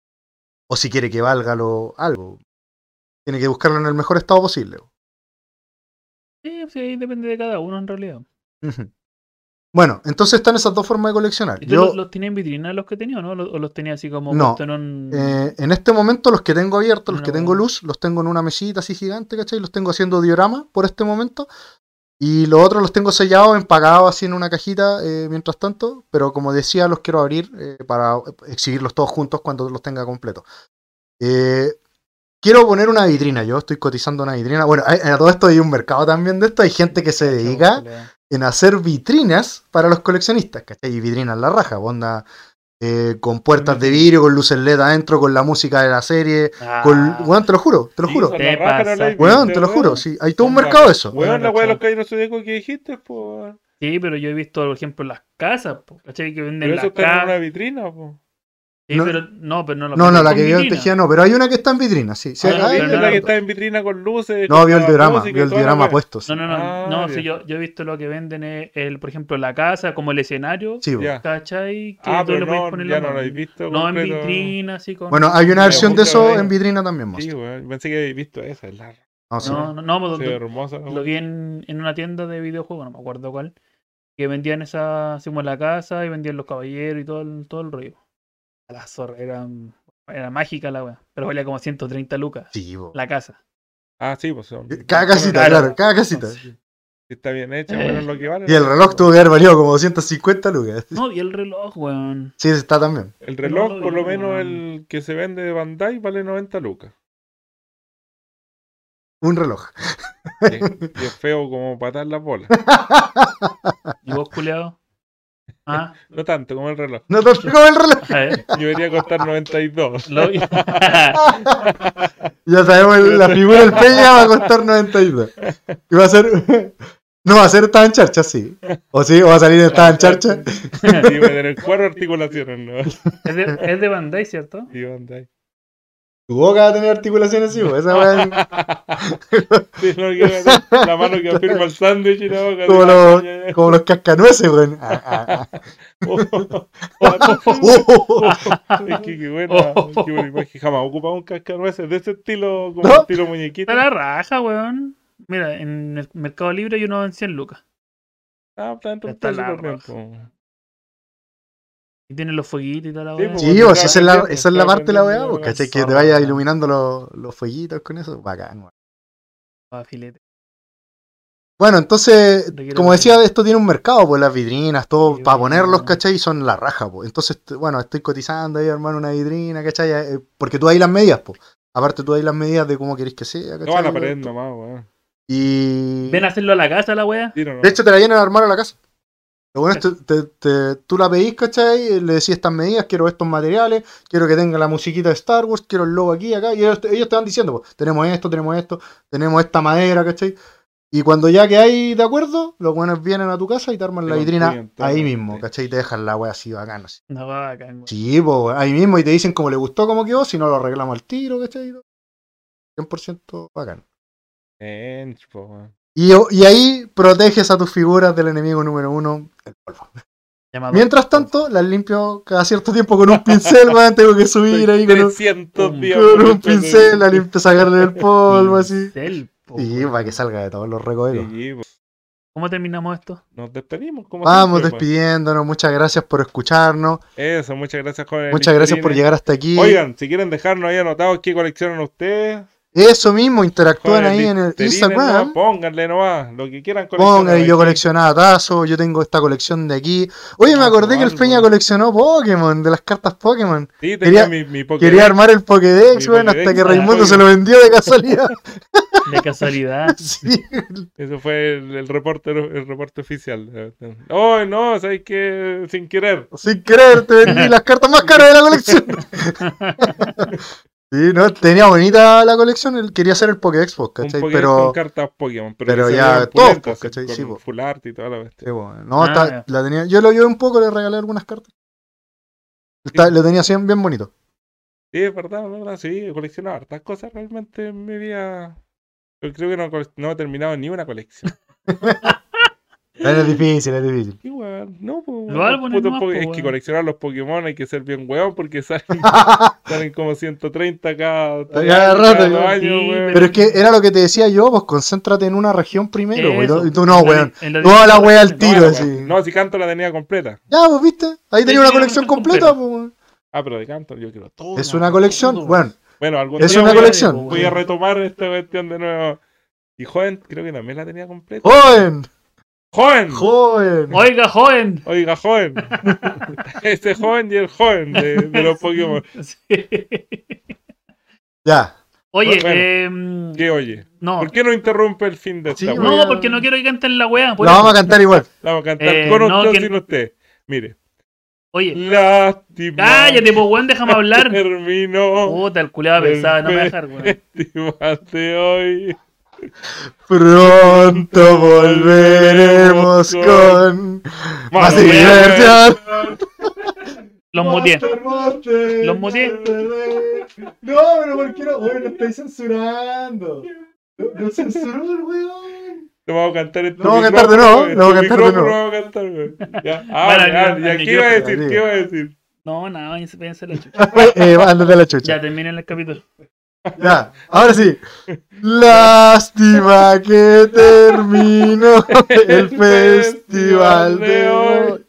O si quiere que valga lo, algo, tiene que buscarlo en el mejor estado posible. Sí, sí, ahí depende de cada uno en realidad. Ujú. Bueno, entonces están esas dos formas de coleccionar. ¿Y tú Yo, los, los tenía en vitrina los que tenía o no? ¿Los- ¿O los tenía así como No, puesto en un- eh, en este momento, los que tengo abiertos, los que Mm. No. tengo luz, los tengo en una mesita así gigante, ¿cachai? Los tengo haciendo diorama por este momento. Y los otros los tengo sellados, empagados así en una cajita, eh, mientras tanto. Pero como decía, los quiero abrir eh, para exhibirlos todos juntos cuando los tenga completos. Eh, quiero poner una vitrina, yo estoy cotizando una vitrina. Bueno, hay- a todo esto hay un mercado también de esto. Hay gente que se dedica en hacer vitrinas para los coleccionistas, ¿cachai? Y vitrinas la raja, onda, eh, con puertas Mm. de vidrio, con luces LED adentro, con la música de la serie, Ah, con... Weón, te lo juro, te lo Sí, juro. son la Te raja, pero pasa. la he Weón, visto, te lo juro, weón. sí, hay todo un Son mercado de rajas. eso. Weón, la wea de los Cachao. caídos zodíacos que dijiste, pues, po. Sí, pero yo he visto, por ejemplo, las casas, po, ¿cachai? Que venden Pero eso las está en una casas. vitrina, pues. po. Sí, No- pero no, pero no la No, ponen no, la con que vio en vitrina. tejida no, pero hay una que está en vitrina, sí. sí, Ah, hay- no, hay- pero ¿Viste la no, que no. está en vitrina con luces? no, con vio el la diorama, música y vio el toda la diorama wea? puestos. No, no, no, Ah, no, ya. sí, yo, yo he visto lo que venden es el, por ejemplo, la casa, como el escenario, Sí, Ya. ¿cachai? Que Ah, pues, tú pero le podéis no, poner ya la no lo mano. habéis visto. No, en completo. vitrina, así con... Bueno, hay una Ya, versión de justo lo eso veo. en vitrina también, Sí, Monster. weón, pensé que habéis visto esa. Es la No, sí. No, no, no, pues, sí, donde- hermosa. la lo wea. vi en, en una tienda de videojuegos, no me acuerdo cuál, que vendían esa, hicimos la casa y vendían los caballeros y todo el, todo el rollo. A la zorra, era, era mágica la wea, pero valía como 130 lucas Sí, bo. la casa. Ah, sí, pues. son- Cada casita, Claro. claro, cada casita. Entonces, Si está bien hecha, Eh. bueno, es lo que vale. Y el ¿no? reloj tuvo que haber valido como 250 lucas. no, y el reloj, weón. Sí, está también. El No reloj, lo por lo vi, menos weón. el que se vende de Bandai, vale 90 lucas. Un reloj. Sí. [laughs] Y es feo como patar las bolas. ¿Y vos, culeado? Ah, No tanto como el reloj. No te como el reloj. a ver, Debería costar 92. lo vi. Ya sabemos, el- la figura del Peña va a costar 92. Y va a ser. [laughs] No va a ser tan charcha, sí. O sí, o va a salir en tan charcha. Sí, va a tener cuatro articulaciones, ¿no? es, de, es de Bandai, ¿cierto? Y Bandai. Tu boca va a tener articulaciones, sí, bo. Esa va a Sí, no, que va- la mano que afirma el sándwich y la boca. Como así, ah, como los cascanueces, weón. Ah, ah, ah. oh, oh, [laughs] oh. Oh, oh, oh. Es que qué buena, Oh. qué buena imagen. Jamás ocupaba un cascanueces de ese estilo, como ¿No? estilo muñequito. Está la raja, weón. Mira, en el Mercado Libre hay uno en 100 lucas. Ah, tanto Está la Y tiene los fueguitos y toda la Sí, weá. po. pues, Sí, o si esa es la, esa es la parte de la weá, Zorro, bo, ¿cachai? Que te vaya iluminando los, los fueguitos con eso. Bacán, weón. Ah, filete. Bueno, entonces, Requiere como un- decía, esto tiene un mercado, pues las vitrinas, todo, Sí, para bueno, ponerlos, bueno. ¿cachai? Y son la raja, pues. Entonces, t- bueno, estoy cotizando ahí, hermano, una vitrina, ¿cachai? Eh, Porque tú ahí las medidas, pues. Aparte, tú ahí las medidas de cómo querés que sea, ¿cachai? No van a pared nomás, weón. Y. Ven a hacerlo a la casa, la weá. Tiro, ¿no? De hecho, te la vienen a armar a la casa. Lo bueno es que te- te- tú la pedís, ¿cachai? Le decís estas medidas, quiero estos materiales, quiero que tenga la musiquita de Star Wars, quiero el logo aquí, acá. Y ellos, te- ellos te van diciendo, pues, tenemos esto, tenemos esto, tenemos esta madera, ¿cachai? Y cuando ya que hay de acuerdo, los buenos vienen a tu casa y te arman Te la construyen vitrina todo, ahí mismo, sí. ¿cachai? Y te dejan la wea así bacana. así. No, bacán, weón. Sí, pues ahí mismo y te dicen como le gustó, como quedó, si no lo arreglamos al tiro, ¿cachai? 100% bacán. Ench, po, weón. Y, y ahí proteges a tus figuras del enemigo número uno, el polvo. Llamado. Mientras tanto, las limpio cada cierto tiempo con un pincel, weón. Tengo que subir ahí con un, 300 un- días. con un muchacho, pincel, la de- limpio, sacarle el polvo, así. Pincel, po, Y weón. para que salga de todos los recovecos. Sí, po. ¿Cómo terminamos [laughs] esto? Nos despedimos. Como Vamos siempre, po. despidiéndonos, muchas gracias por escucharnos, Pues, Eso, muchas gracias, jóvenes. muchas gracias por listerines. llegar hasta aquí. Oigan, si quieren dejarnos ahí anotados qué coleccionan ustedes. Eso mismo, interactúen jóvenes ahí en el listerines, Instagram. nomás, Pónganle nomás, lo que quieran coleccionar. Pongan, yo coleccionaba tazos, yo tengo esta colección de aquí. Oye, me Ah, acordé que el algo. Peña coleccionó Pokémon, de las cartas Pokémon. Sí, Quería- tenía mi, mi Pokédex. Quería armar el Pokédex, Mi weón, hasta Pokédex, que ah, Raimundo se Pokémon. lo vendió de casualidad. [laughs] De casualidad. Sí. Eso fue el, el reporte, el reporte oficial. Oh, no, ¿sabes qué? Sin querer. Sin querer, te vendí las cartas más caras de la colección. sí, no, tenía bonita la colección, él quería hacer el Pokédex, pues, Un ¿cachai? Pokédex Pero, con cartas Pokémon. Pero, pero que se ya vean todos, pulentas, pues, así, ¿cachai? Sí, Con pues. full art y toda la bestia. sí, bueno, no, Ah, está- ya. la tenía, yo lo vi un poco, le regalé algunas cartas. Está- lo tenía así bien bonito. Sí, es verdad, es verdad. Sí, he coleccionado hartas cosas realmente en mi vida. Yo creo que no, cole- no he terminado ni [laughs] una colección. Es difícil, es difícil. Qué weón. No, pues. Los álbumes nomás, po, Es weón. que coleccionar los Pokémon hay que ser bien weón [laughs] porque [laughs] salen, salen como 130 cada, Cada cada rato, dos yo- años, Sí, weón. pero es que era lo que te decía yo, pues concéntrate en una región primero, pues, y Eso, tú- y tú no, en la- weón. en la- Toda la wea al No, tiro, la así. weá. No, si canto la tenía completa. Ya, pues viste, ahí tenía una tenía colección una colección completa, pues. weón. Ah, pero de canto yo quiero todo. Es una colección, bueno, Bueno, algún es día una voy a- colección. Voy a retomar esta cuestión de nuevo. Y joven, creo que también la tenía completa. Joven, ¡Joven! joven. Oiga, joven. [laughs] Oiga, joven. este joven y el joven de, de los Pokémon. Sí. Ya. Oye, Bueno. em, ¿Qué oye? no. ¿Por qué no interrumpe el fin de esta Sí, weá? voy No, a- porque no quiero que canten la weá. por La eso. vamos a cantar igual. La vamos a cantar Eh, con no, usted o que- sin usted. Mire. Oye, Lástima. cállate, pues weón, déjame [laughs] hablar. Oh. Terminó. Puta, el Eh, culeado pesado, no me va a dejar, weón. Estimaste hoy. Pronto volveremos con más Manuel. diversión. Los muteé. Master, Master, Los muteé. Master. No, pero ¿por qué no? Weón, lo estáis censurando. Lo- Lo censuró el weón. Lo vamos a cantar en tu Lo vamos a cantar de micrófono, nuevo, en lo vamos a tu cantar de micrófono nuevo. lo vamos a cantar, [laughs] güey. Ya, Vale, habla, al- habla, al ya, ¿qué iba a micrófono, decir? ¿Qué digo. iba a decir? No, nada, váyanse váyanse a la [laughs] chucha. Eh, ándate a la chucha. Ya terminen el capítulo. Ya, ahora sí. Lástima que [laughs] terminó el festival de hoy.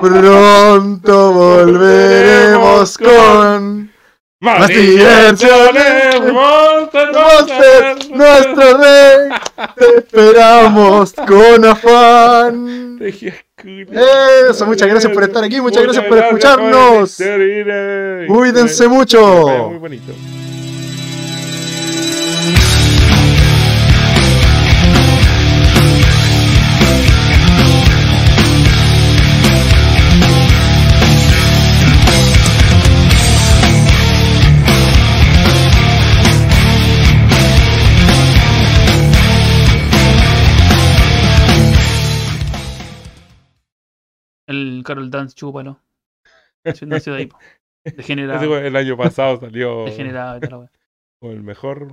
Pronto volveremos con más diversiones. Monster, Monster, nuestro rey. Te esperamos con afán. Eso, muchas gracias por estar aquí, muchas gracias por escucharnos. Cuídense mucho. Muy bonito. El Carol Dance, chúpalo. Nació de ahí. [laughs] po. Ese Degenerado. güey, el año pasado salió Degenerado y toda la wea. como el mejor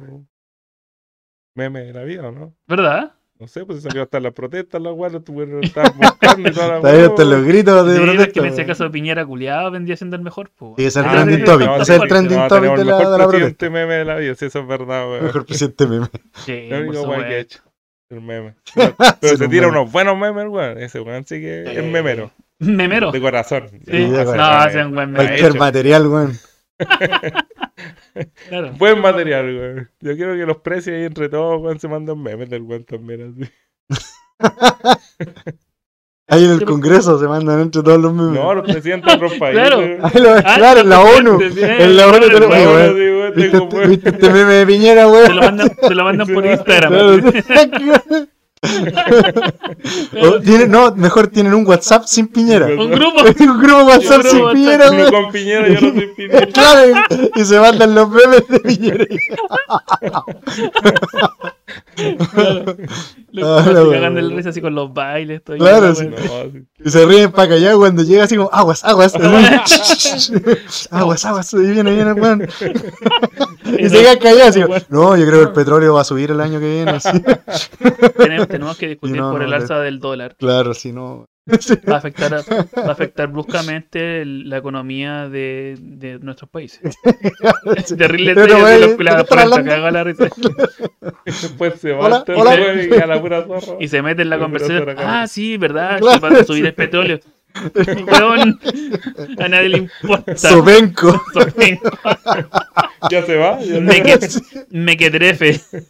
meme de la vida, ¿o ¿no? ¿Verdad? No sé, pues salió hasta la protesta, la guarda, tuvieron estaban buscando y toda [laughs] la Está bien, hasta los gritos de Sí, es que en ese protesta. caso Piñera culiado vendría siendo el mejor. Po. Tiene que ser Ah, trending sí, topic. no, Va sí, a ser sí, trending no, topic de la, de la El protesta. presidente meme de la vida, sí, eso es verdad, güey. Mejor presidente meme. Sí, Lo por único güey, que ha supuesto. hecho. El [laughs] meme. Pero, pero Sí, se un tira meme. unos buenos memes, güey. Ese güey sí que es Sí. memero. Memero. De corazón. Sí. de No, acuerdo. hacen buen meme. Cualquier hecho. material, weón. Claro. Buen material, güey. Yo quiero que los precios ahí entre todos, güey, se mandan memes del güey también. [laughs] Así. Ahí en el Pero- Congreso se mandan entre todos los memes. No, los presidentes de otros países. Claro. [laughs] güey. Ahí lo- Ah, claro, en la ONU. En la ONU te lo Bueno, Oye, güey, sí, güey, ¿Viste, tengo, este- güey. ¿Viste este meme de Piñera, Te lo weón? mandan, te lo mandan [laughs] por Instagram. [laughs] [laughs] O tienen- no, mejor tienen un WhatsApp sin Piñera. Un grupo. [laughs] un grupo WhatsApp grupo sin WhatsApp. Piñera, Uno weón. con Piñera, yo no soy [laughs] Piñera. Claro, y- y se mandan los memes de Piñera. Los Ah, la cuatro wea. cagando el risa así con los bailes. todo y Claro, la wea. sí. No, sí. Y se ríen para allá cuando llega así como aguas, aguas. aguas, aguas, y viene, viene, weón. Y se quedan callados así. como, No, yo creo que el petróleo va a subir el año que viene. así. [laughs] Tenemos, tenemos que discutir no, por no, el de- alza del dólar. Claro, si no. Va a afectar, a- va a afectar bruscamente el- la economía de, de nuestros [laughs] países. Terrible Pero, serio, wey, los ¿de culados qué por estás alta, hablando? cago la risa. Después Pues se Hola, va hasta el hola. güey y a la pura zorra. Y se mete en la Pero, pero, conversación. pero, pero, Ah, sí, verdad, Claro, que va a subir sí. el petróleo. Weón, a nadie le importa. Sobenco. Sopenco. Ya se va. ya se Me va. [laughs] que- Mequetrefe.